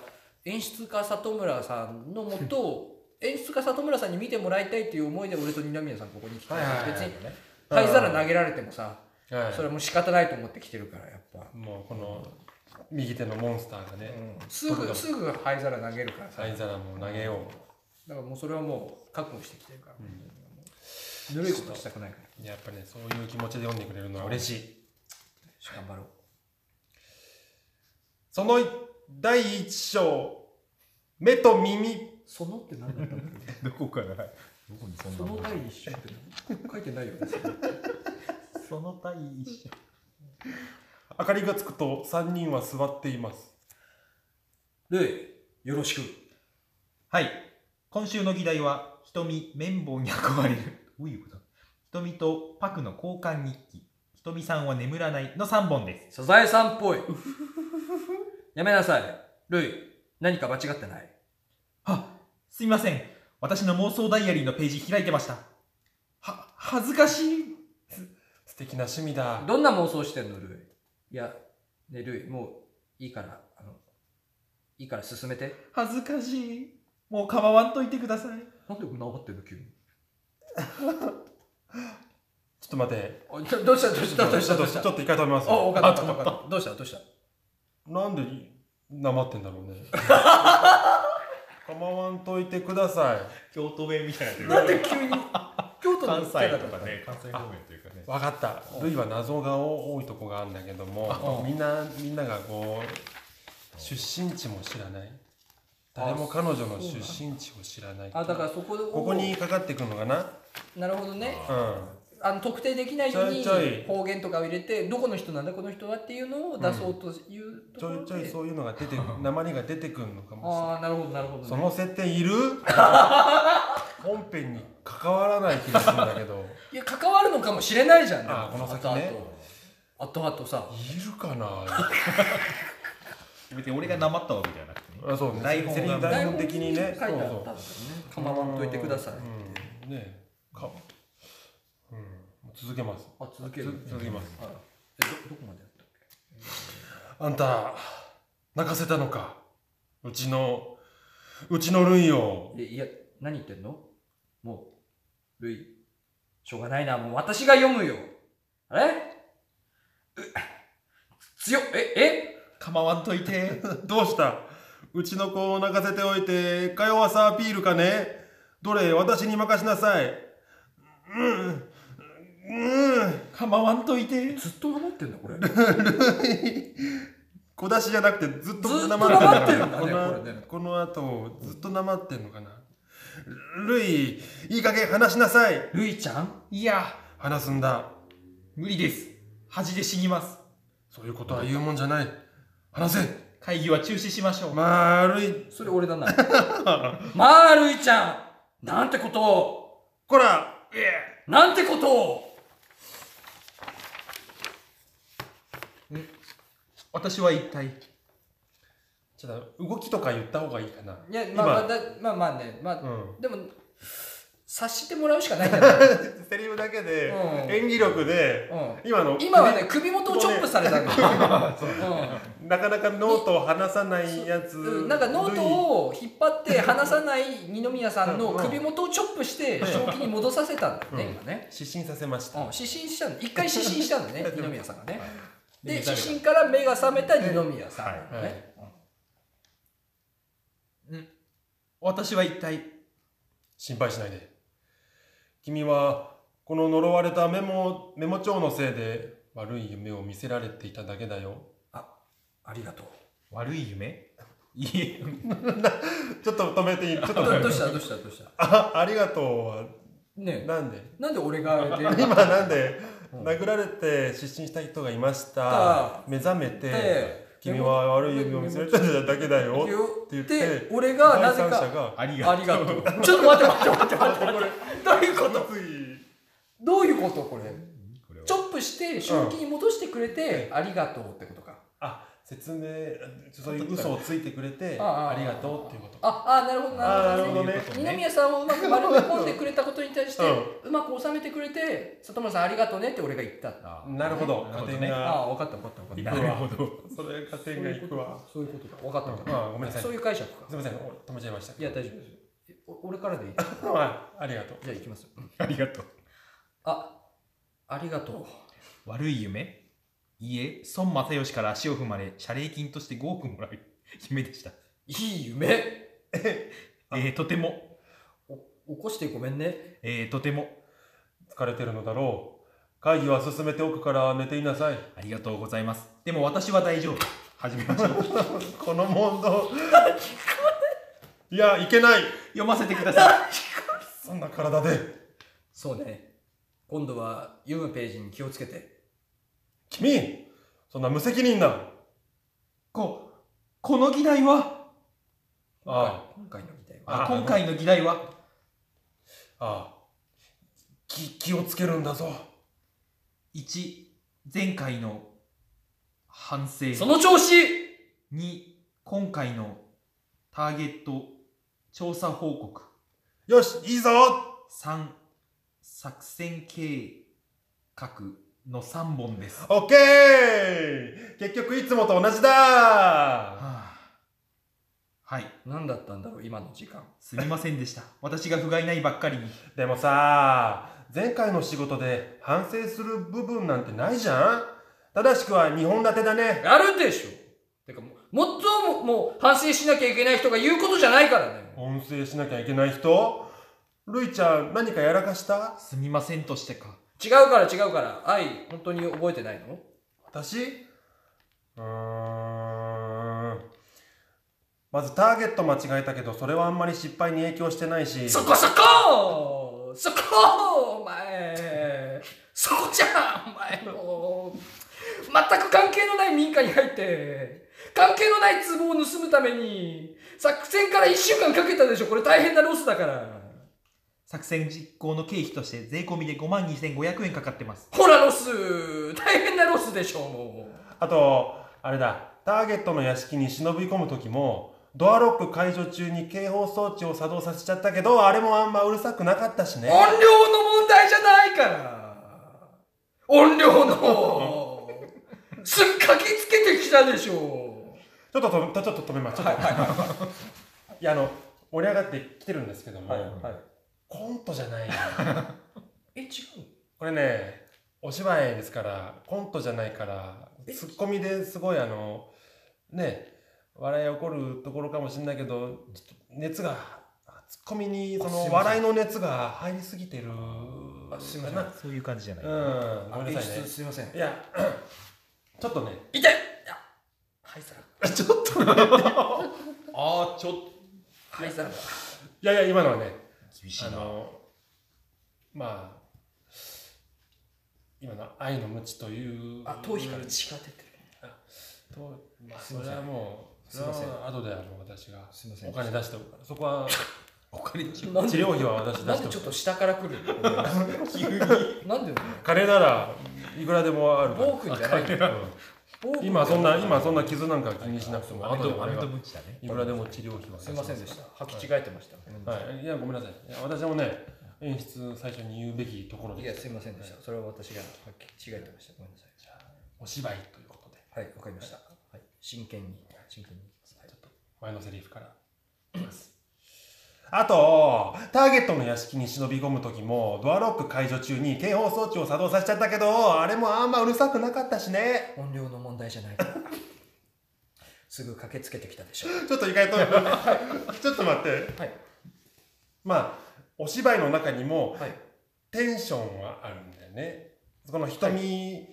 [SPEAKER 2] 演出家里村さんのもと演出家里村さんに見てもらいたいっていう思いで俺と二宮さんここに来た、
[SPEAKER 3] はいはいはい
[SPEAKER 2] 別に
[SPEAKER 1] ね
[SPEAKER 2] 灰皿投げられてもさ、
[SPEAKER 3] はい
[SPEAKER 2] それはもう仕方ないと思って来てるからやっぱ、
[SPEAKER 3] もうこの右手のモンスターがね、
[SPEAKER 2] うんすぐすぐ灰皿投げるからさだ
[SPEAKER 3] 灰皿も投げよ
[SPEAKER 2] からもうそれはもう覚悟してきてるから、ぬるいことは
[SPEAKER 1] したくないから。
[SPEAKER 3] やっぱりね、そういう気持ちで読んでくれるのは嬉しい。
[SPEAKER 2] 頑張ろう。
[SPEAKER 3] その第1章、目と耳。
[SPEAKER 2] そのって何だったんだろ う
[SPEAKER 1] どこから、どこにそん
[SPEAKER 2] そ
[SPEAKER 1] なも
[SPEAKER 2] の
[SPEAKER 1] の
[SPEAKER 2] 第一章って何書いてないよ ね。
[SPEAKER 1] その第一
[SPEAKER 3] 明かりがつくと3人は座っています。
[SPEAKER 2] ルイ、よろしく。
[SPEAKER 1] はい。今週の議題は、瞳、綿棒に憧れる。どういうこと瞳とパクの交換日記。瞳さんは眠らないの3本です。
[SPEAKER 2] サザエさんっぽい。やめなさい。ルイ、何か間違ってない。
[SPEAKER 1] あ、すいません。私の妄想ダイアリーのページ開いてました。は、恥ずかしい。
[SPEAKER 3] 素敵な趣味だ。
[SPEAKER 2] どんな妄想してんの、ルイ。いや、ね、ルイ、もういいから、あの、いいから進めて。
[SPEAKER 1] 恥ずかしい。もう構わんといてください。
[SPEAKER 2] なんで治ってんの、急に。
[SPEAKER 3] ちょっと待って。
[SPEAKER 2] あどどうしたどうしたどうしたどうし
[SPEAKER 3] ちょ
[SPEAKER 2] た
[SPEAKER 3] っと一回止めます。
[SPEAKER 2] あ、わかったわかった。どうしたどうした
[SPEAKER 3] なんで、なまってんだろうね。構わんといてください。
[SPEAKER 1] 京都弁みたいにな
[SPEAKER 2] な
[SPEAKER 1] っ
[SPEAKER 2] ん
[SPEAKER 1] てる。
[SPEAKER 2] で急に京都
[SPEAKER 1] 関
[SPEAKER 2] のキャ
[SPEAKER 1] 西
[SPEAKER 2] ラ
[SPEAKER 1] と
[SPEAKER 2] だった
[SPEAKER 1] か
[SPEAKER 2] の
[SPEAKER 1] ね、関西方面というかね。
[SPEAKER 3] わかった。ルイは謎が多いとこがあるんだけども、
[SPEAKER 2] うん
[SPEAKER 3] みんな、みんながこう、出身地も知らない。誰も彼女の出身地を知らない。
[SPEAKER 2] あ、だからそこを
[SPEAKER 3] ここにかかってくるのかな
[SPEAKER 2] なるほどね。
[SPEAKER 3] うん。
[SPEAKER 2] あの特定できないように
[SPEAKER 3] ちょいちょい
[SPEAKER 2] 方言とかを入れてどこの人なんだこの人はっていうのを出そうというと
[SPEAKER 3] ち
[SPEAKER 2] こ
[SPEAKER 3] ょ
[SPEAKER 2] ろ
[SPEAKER 3] い
[SPEAKER 2] で、
[SPEAKER 3] ちょいそういうのが出て、鉛が出てくるのかも
[SPEAKER 2] ああなるほどなるほど、
[SPEAKER 3] しれない。そ
[SPEAKER 2] ね、
[SPEAKER 3] の設 定いる本編に関わらない気がするんだけど。
[SPEAKER 2] いや関わるのかもしれないじゃん
[SPEAKER 3] あーこの先ね
[SPEAKER 2] あとあとさ
[SPEAKER 3] いるかな
[SPEAKER 1] 別に俺がなまったわけじゃなくてね。
[SPEAKER 3] あそうね
[SPEAKER 1] 台本が
[SPEAKER 3] 台本的にね
[SPEAKER 2] 台本に書いてあったんだよね構わんといてください、
[SPEAKER 3] うん、ねえか、うん、続けます
[SPEAKER 2] あ続ける
[SPEAKER 3] つ続けます
[SPEAKER 2] はいえどどこまでやったっ
[SPEAKER 3] あんた泣かせたのかうちのうちのルイを
[SPEAKER 2] けえいや何言ってんのもうルイしょうがないなもう私が読むよあれう強っええ
[SPEAKER 1] 構わんといて。
[SPEAKER 3] どうしたうちの子を泣かせておいてか弱さアピールかねどれ私に任しなさいうんうん
[SPEAKER 1] 構わんといて。
[SPEAKER 2] ずっと黙ってんだこれ。 ず
[SPEAKER 3] 小出しじゃなくてずっと
[SPEAKER 2] ずっと
[SPEAKER 3] な
[SPEAKER 2] 黙ってるんだね
[SPEAKER 3] この
[SPEAKER 2] これね
[SPEAKER 3] この後ずっとなまってんのかなルイいい加減話しなさい
[SPEAKER 2] ルイちゃん
[SPEAKER 1] いや、
[SPEAKER 3] 話すんだ
[SPEAKER 1] 無理です。恥で死にます。
[SPEAKER 3] そういうことは言うもんじゃない話せ
[SPEAKER 1] 会議は中止しましょう。
[SPEAKER 3] まあルイ
[SPEAKER 2] それ俺 だな。まあ、ルイちゃんなんてことを
[SPEAKER 3] こら
[SPEAKER 2] なんてことを
[SPEAKER 1] 私は一体。
[SPEAKER 3] ちょっと動きとか言った方がいいかない
[SPEAKER 2] や、まあ、まあ、だまあ、まあね、まあ、
[SPEAKER 3] う
[SPEAKER 2] でも、察してもらうしかないんじゃない、
[SPEAKER 3] セリフだけで
[SPEAKER 2] うん
[SPEAKER 3] 演技力で
[SPEAKER 2] う
[SPEAKER 3] 今の
[SPEAKER 2] ん、今はね、首元をチョップされたんだよ。
[SPEAKER 3] なかなかノートを話さないやつ
[SPEAKER 2] うんうんなんかノートを引っ張って離さない二宮さんの首元をチョップして正気に戻させたんだよね、今ね。
[SPEAKER 3] 失神させました
[SPEAKER 2] うん、失神したの一回失神したのね二宮さんがねで
[SPEAKER 1] で目覚めた
[SPEAKER 2] 失神から目が覚めた二宮さんなの
[SPEAKER 3] はい
[SPEAKER 2] ね、
[SPEAKER 1] 私は一体。
[SPEAKER 3] 心配しないで君はこの呪われたメモメモ帳のせいで悪い夢を見せられていただけだよ
[SPEAKER 2] ありがとう
[SPEAKER 1] 悪い夢いえ。
[SPEAKER 3] ちょっと止めていいちょっと
[SPEAKER 2] ど
[SPEAKER 3] 止めて
[SPEAKER 2] どうしたどうしたどうした
[SPEAKER 3] あありがとうは
[SPEAKER 2] ねえ
[SPEAKER 3] なんで
[SPEAKER 2] なんで俺があげて
[SPEAKER 3] 今なんで
[SPEAKER 2] うん
[SPEAKER 3] 殴られて失神した人がいまし
[SPEAKER 2] あ
[SPEAKER 3] た目覚めて
[SPEAKER 2] で
[SPEAKER 3] 君は悪い夢を見せられていただけだよって
[SPEAKER 2] 言
[SPEAKER 3] 言
[SPEAKER 2] っ
[SPEAKER 3] ってて
[SPEAKER 2] 俺がな
[SPEAKER 3] 第
[SPEAKER 2] ぜ
[SPEAKER 3] 三者
[SPEAKER 2] か
[SPEAKER 3] が
[SPEAKER 1] あり
[SPEAKER 2] あ
[SPEAKER 1] がと
[SPEAKER 2] りがとうちょっと待って待って待って待って待ってどういうこと
[SPEAKER 3] つい
[SPEAKER 2] どういうことこれ
[SPEAKER 1] う。これは
[SPEAKER 2] チョップして正気に戻してくれて、ありがとうってことか
[SPEAKER 3] あ説明そういう嘘をついてくれて
[SPEAKER 2] あああ
[SPEAKER 3] ありがとうっていうこと
[SPEAKER 2] ああなるほどなるほど
[SPEAKER 3] あなるほどね
[SPEAKER 1] そういうこと
[SPEAKER 2] 二宮さんをうまく丸め込んでくれたことに対して、う
[SPEAKER 3] う
[SPEAKER 2] まく収めてくれて里村さんありがとうねって俺が言ったあ
[SPEAKER 1] あ
[SPEAKER 3] なるほど
[SPEAKER 1] なる
[SPEAKER 3] 加
[SPEAKER 1] ほどね
[SPEAKER 3] 点が
[SPEAKER 2] あ分かった分かった分か
[SPEAKER 1] な
[SPEAKER 2] った
[SPEAKER 1] るほど。
[SPEAKER 3] それ加点がいくわ
[SPEAKER 2] そういうことか分かった分かった、
[SPEAKER 3] あごめんなさい
[SPEAKER 2] そういう解釈か
[SPEAKER 3] すみません、お止めちゃいました。
[SPEAKER 2] いや大丈夫ですえお俺からでいいじ
[SPEAKER 3] 夫。はい、ありがとう。
[SPEAKER 2] ゃあ行きますよ
[SPEAKER 1] ありがとう。
[SPEAKER 2] あありがとう
[SPEAKER 1] 悪い夢いいえ、孫正義から足を踏まれ、謝礼金として5億もらう夢でした。
[SPEAKER 2] いい夢
[SPEAKER 1] えー、とても、
[SPEAKER 2] お起こしてごめんね
[SPEAKER 1] えー、とても、
[SPEAKER 3] 疲れてるのだろう。会議は進めておくから寝ていな さい。
[SPEAKER 1] ありがとうございます。でも私は大丈夫。始めまし ょう。
[SPEAKER 3] この問答。 いや、いけない。
[SPEAKER 1] 読ませてください。
[SPEAKER 3] そんな体で。
[SPEAKER 2] そうね。今度は読むページに気をつけて。
[SPEAKER 3] 君そんな無責任な。
[SPEAKER 1] こ、この議題は、
[SPEAKER 3] あ
[SPEAKER 2] 今回の議題は。
[SPEAKER 1] あ
[SPEAKER 3] あ
[SPEAKER 1] 今回の議題は、
[SPEAKER 3] あ、ああ。き、気をつけるんだぞ。
[SPEAKER 1] 1、前回の反省。
[SPEAKER 2] その調子
[SPEAKER 1] 2、今回のターゲット調査報告。
[SPEAKER 3] よし、いいぞ
[SPEAKER 1] 3、作戦計画の3本です。は
[SPEAKER 3] オッケー結局いつもと同じだ
[SPEAKER 1] あはい、
[SPEAKER 2] 何だったんだろう、今の時間。
[SPEAKER 1] すみません でした。私が不甲斐ないばっかりに。
[SPEAKER 3] でもさ、前回の仕事で反省する部分なんてないじゃん正しくは2本立てだね。
[SPEAKER 2] あるでしょてかもう、もっとももう反省しなきゃいけない人が言うことじゃないからね。
[SPEAKER 3] 音声しなきゃいけない人ルイちゃん何かやらかした
[SPEAKER 1] すみませんとしてか。
[SPEAKER 2] 違うから違うから。愛、本当に覚えてないの
[SPEAKER 3] 私うーん。まずターゲット間違えたけど、それはあんまり失敗に影響してないし。
[SPEAKER 2] そこそこそこお前そこじゃんお前もう全く関係のない民家に入って関係のない壺を盗むために作戦から1週間かけたでしょこれ大変なロスだから
[SPEAKER 1] 作戦実行の経費として税込みで5万2500円かかってます。
[SPEAKER 2] ほらロス大変なロスでしょも
[SPEAKER 3] あと、あれだ、ターゲットの屋敷に忍び込む時も、ドアロック解除中に警報装置を作動させちゃったけど、あれもあんまうるさくなかったし
[SPEAKER 2] う
[SPEAKER 3] ね
[SPEAKER 2] 音量。の問題じゃないから音量のすっかきつけてきたでしょ
[SPEAKER 3] ちょっととめ、ちょっと止めます。ちょっと。い や、あの、盛り上がってきてるんですけども、コントじゃないよ。
[SPEAKER 2] え違う
[SPEAKER 3] これね、お芝居ですから、コントじゃないから、ツッコミですごいあの、ね、笑い起こるところかもしれないけど、ちょっと熱が、ツッコミにそ
[SPEAKER 1] あすいませ
[SPEAKER 3] の
[SPEAKER 1] ん
[SPEAKER 3] 笑いの熱が入りすぎてる。
[SPEAKER 2] あすいません
[SPEAKER 3] か
[SPEAKER 1] そういう感じじゃな。
[SPEAKER 3] ないうん、ごめんな
[SPEAKER 2] 演
[SPEAKER 3] さいね
[SPEAKER 2] 出。すいません
[SPEAKER 3] いや、 ちょっとね、
[SPEAKER 2] 痛いあ灰 皿
[SPEAKER 3] ちょっとね、
[SPEAKER 1] ああ、ちょっ
[SPEAKER 2] 灰皿だ
[SPEAKER 3] いやいや、今のはね、
[SPEAKER 1] と。厳しい
[SPEAKER 3] あ
[SPEAKER 1] な。
[SPEAKER 3] の、まあ、今の愛の無知という。
[SPEAKER 2] あ頭皮から血が出てる
[SPEAKER 3] と、まあ、
[SPEAKER 1] すい
[SPEAKER 3] そ
[SPEAKER 1] ません
[SPEAKER 3] れはもう、
[SPEAKER 1] すいません
[SPEAKER 3] それは後であの私が
[SPEAKER 1] すいません
[SPEAKER 3] お金出しておくから、そこは
[SPEAKER 1] お金中
[SPEAKER 2] なん
[SPEAKER 3] 治
[SPEAKER 2] で
[SPEAKER 3] 療費は私出
[SPEAKER 2] なん
[SPEAKER 3] して
[SPEAKER 2] で
[SPEAKER 3] お
[SPEAKER 2] ちょ
[SPEAKER 3] く
[SPEAKER 2] っ。と下から来る の
[SPEAKER 1] 急に。
[SPEAKER 2] なんでだよ
[SPEAKER 3] 金ならいくらでもあるから
[SPEAKER 2] 暴君じゃないよ暴君
[SPEAKER 3] 今そんな、今そんな傷なんか気にしなくても、
[SPEAKER 1] アメ
[SPEAKER 3] 後で
[SPEAKER 1] と、ア
[SPEAKER 3] 俺
[SPEAKER 1] メ
[SPEAKER 3] が
[SPEAKER 1] とムチだね。
[SPEAKER 3] いくらでも治療費は出し。
[SPEAKER 2] すいませんでしたた履き違えてました
[SPEAKER 3] はい、いや、ごめんなさい。いや私もね、演出最初に言うべきところ
[SPEAKER 2] い
[SPEAKER 3] で
[SPEAKER 2] や
[SPEAKER 3] す。
[SPEAKER 2] すいませんでしたそれは私が履き違えてましたごめんなさい
[SPEAKER 3] お芝居ということで、
[SPEAKER 2] はいわかりましたはい真剣に真剣にいきますはい
[SPEAKER 3] ちょっと前のセリフからいきます。あと、ターゲットの屋敷に忍び込む時も、ドアロック解除中に警報装置を作動させちゃったけど、あれもあんまうるさくなかったしね。
[SPEAKER 2] 音量の問題じゃ ないからすぐ駆けつけてきたでしょ
[SPEAKER 3] ちょっと意外と、 ちょっと待って。
[SPEAKER 2] はい
[SPEAKER 3] まあ、お芝居の中にも
[SPEAKER 2] はい
[SPEAKER 3] テンションはあるんだよね。この瞳、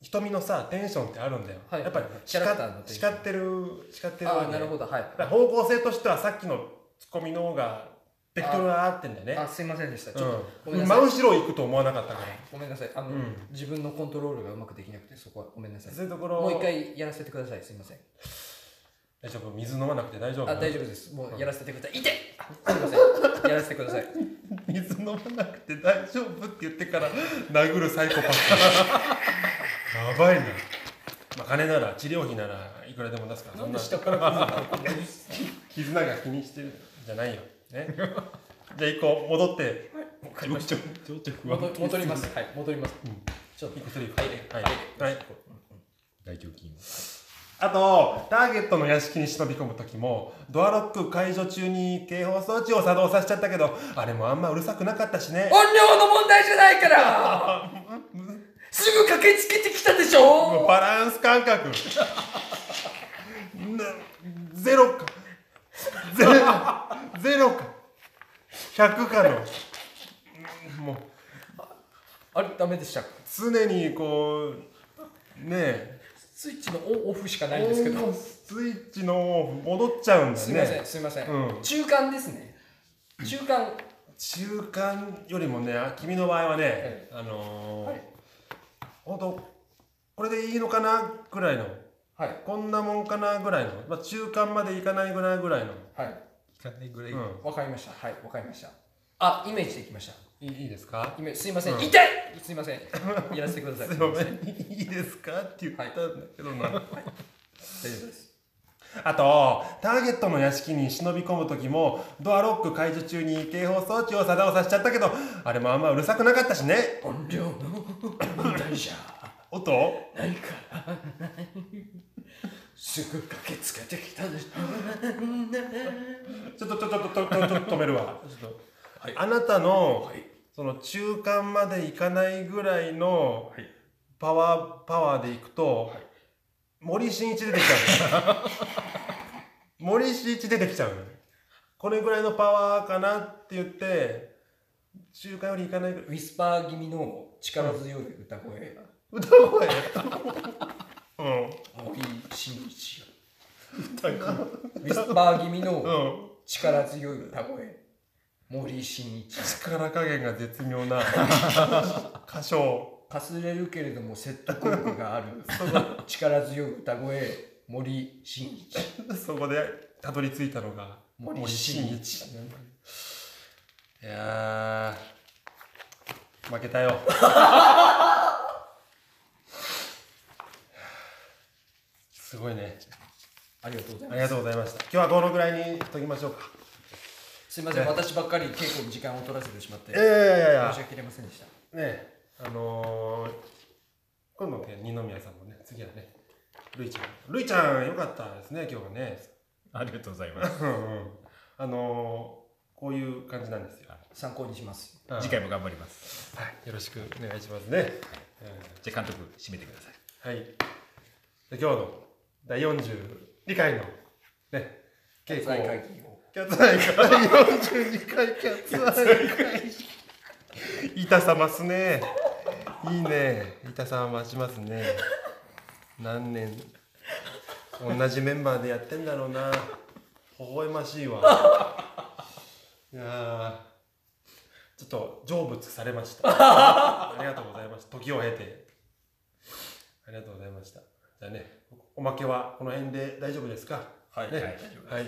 [SPEAKER 3] 瞳のさ、テンションってあるんだよ。
[SPEAKER 2] はい
[SPEAKER 3] やっぱり
[SPEAKER 2] キャラクターのテンション
[SPEAKER 3] 叱ってる、叱ってるわ
[SPEAKER 2] あ
[SPEAKER 3] け
[SPEAKER 2] あなるほどはい
[SPEAKER 3] だから方向性としてはさっきのツッコミの方がベクトルが合ってんだよね
[SPEAKER 2] あ。すいませんでしたち
[SPEAKER 3] う
[SPEAKER 2] ょっとごめん
[SPEAKER 3] ん、
[SPEAKER 2] なさい
[SPEAKER 3] 真後ろ行くと思わなかったから。
[SPEAKER 2] ごめんなさい、あの、
[SPEAKER 3] うん
[SPEAKER 2] 自分のコントロールがうまくできなくて、そこはごめんなさい。
[SPEAKER 3] そういうところ
[SPEAKER 2] もう一回やらせてください、すみません。
[SPEAKER 3] 大丈夫水飲まなくて大丈夫
[SPEAKER 2] あ、大丈夫です。もうやらせてください。痛いあすみません。やらせてください。
[SPEAKER 3] 水飲まなくて大丈夫って言ってから殴るサイコパスやばいな、まあ、金なら治療費ならいくらでも出すから
[SPEAKER 2] なんで
[SPEAKER 3] そ
[SPEAKER 2] 下
[SPEAKER 3] んな
[SPEAKER 2] から来るの
[SPEAKER 3] 絆が気にしてるんじゃないよ、ね、じゃあ一個戻って
[SPEAKER 1] ちょちょちょちょ不 安
[SPEAKER 2] 戻戻ります。はい、戻ります。
[SPEAKER 3] ん
[SPEAKER 2] ちょっと
[SPEAKER 3] 一、個セリフ
[SPEAKER 2] 入れ、
[SPEAKER 3] は
[SPEAKER 2] 入
[SPEAKER 3] い
[SPEAKER 2] れ。
[SPEAKER 3] はい
[SPEAKER 1] 大胸筋。
[SPEAKER 3] あとターゲットの屋敷に忍び込む時もドアロック解除中に警報装置を作動させちゃったけどあれもあんまうるさくなかったしね
[SPEAKER 2] 音量の問題じゃない からすぐ駆けつけてきたでし
[SPEAKER 3] もう
[SPEAKER 2] ょ
[SPEAKER 3] バランス感覚なゼロかゼロゼロか100かのうんもう
[SPEAKER 2] メでした
[SPEAKER 3] 常にこう、ねえ、
[SPEAKER 2] スイッチのオンオフしかないんですけど、
[SPEAKER 3] オンスイッチのオフ戻っちゃうんだ
[SPEAKER 2] す
[SPEAKER 3] ね。
[SPEAKER 2] いませんすいません、
[SPEAKER 3] うん
[SPEAKER 2] 中間ですね中間
[SPEAKER 3] 中間よりもね、あ君の場合はね、あのー
[SPEAKER 2] はい
[SPEAKER 3] 本当これでいいのかなぐらいの、
[SPEAKER 2] はい
[SPEAKER 3] こんなもんかなぐらいの、まあ、中間までいかないぐらいぐらいの、
[SPEAKER 2] はい
[SPEAKER 1] 聞かないぐらい。
[SPEAKER 3] う
[SPEAKER 2] わかりましたはいわかりましたあイメージできました
[SPEAKER 3] ん、いいいいですか
[SPEAKER 2] イメージすいません、
[SPEAKER 3] うん
[SPEAKER 2] 痛いすいませんやらせてくださ い
[SPEAKER 3] すいませんいいですかって言ったんだけどな、
[SPEAKER 2] 大丈夫です
[SPEAKER 3] あとターゲットの屋敷に忍び込む時もドアロック解除中に警報装置を作動させちゃったけどあれもあんまうるさくなかったしね
[SPEAKER 2] 音量の問題じゃ
[SPEAKER 3] 音
[SPEAKER 2] ないからすぐ駆けつけてきたでしょ
[SPEAKER 3] ちょっとちょっとちょっとちょっとちょっと止めるわちょっと
[SPEAKER 2] はい
[SPEAKER 3] あなたの
[SPEAKER 2] はい
[SPEAKER 3] その中間までいかないぐらいの
[SPEAKER 2] はい
[SPEAKER 3] パワーパワーでいくと、森進一出てきちゃう森進一出てきちゃうこれぐらいのパワーかなって言って中間よりいかないぐらい
[SPEAKER 2] ウィスパー気味の力強い歌声、
[SPEAKER 3] 歌声うん
[SPEAKER 2] 森進一
[SPEAKER 3] 歌声
[SPEAKER 2] ウィスパー気味
[SPEAKER 3] う
[SPEAKER 2] の
[SPEAKER 3] ん
[SPEAKER 2] 力強い歌声、森進一。
[SPEAKER 3] 力加減が絶妙な歌唱
[SPEAKER 2] かすれるけれども説得力がある 力強い歌声、森進一。
[SPEAKER 3] そこでたどり着いたのが
[SPEAKER 2] 森
[SPEAKER 3] 森進
[SPEAKER 2] 進
[SPEAKER 3] 一
[SPEAKER 2] 一。
[SPEAKER 3] いやー負けたよすごいね
[SPEAKER 2] ありがとうござい
[SPEAKER 3] あ
[SPEAKER 2] ます。
[SPEAKER 3] りがとうございました今日はこのぐらいにしときましょうか
[SPEAKER 2] すいません、私ばっかり稽古に時間を取らせてしまって、
[SPEAKER 3] いやいやいやいや
[SPEAKER 2] 申し訳ありませんでした。
[SPEAKER 3] ねあのー、今度ね二宮さんもね次はねるいちゃんるいちゃんよかったですね今日はね
[SPEAKER 1] ありがとうございます。
[SPEAKER 3] うんうんあのー、こういう感じなんですよ、
[SPEAKER 2] 参考にします。
[SPEAKER 3] うん
[SPEAKER 1] 次回も頑張ります。
[SPEAKER 3] はい、よろしくお願いしますね、
[SPEAKER 1] じゃあ監督、締めてください。
[SPEAKER 3] うんはいで今日の第42回のね稽
[SPEAKER 2] 財
[SPEAKER 3] 古
[SPEAKER 2] 会議を。
[SPEAKER 3] キャツアイ会42回キャツアイ会痛さますねいいね痛さは増しますね何年同じメンバーでやってんだろうな微笑ましいわいやーちょっと成仏されましたありがとうございます時を経てありがとうございましたじゃあねおまけはこの辺で大丈夫ですか
[SPEAKER 2] はい
[SPEAKER 3] ね
[SPEAKER 1] はい大丈夫です
[SPEAKER 3] はい。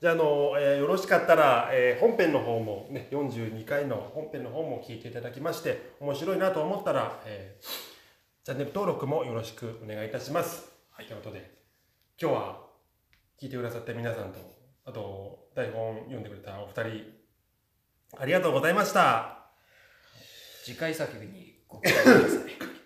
[SPEAKER 3] じゃあ、あの、えーよろしかったら、えー本編の方もね、42回の本編の方も聞いていただきまして、面白いなと思ったら、えーチャンネル登録もよろしくお願いいたします。はい。ということで、今日は聞いてくださった皆さんと、あと、台本読んでくれたお二人、ありがとうございました。
[SPEAKER 2] 次回作にご期待ください。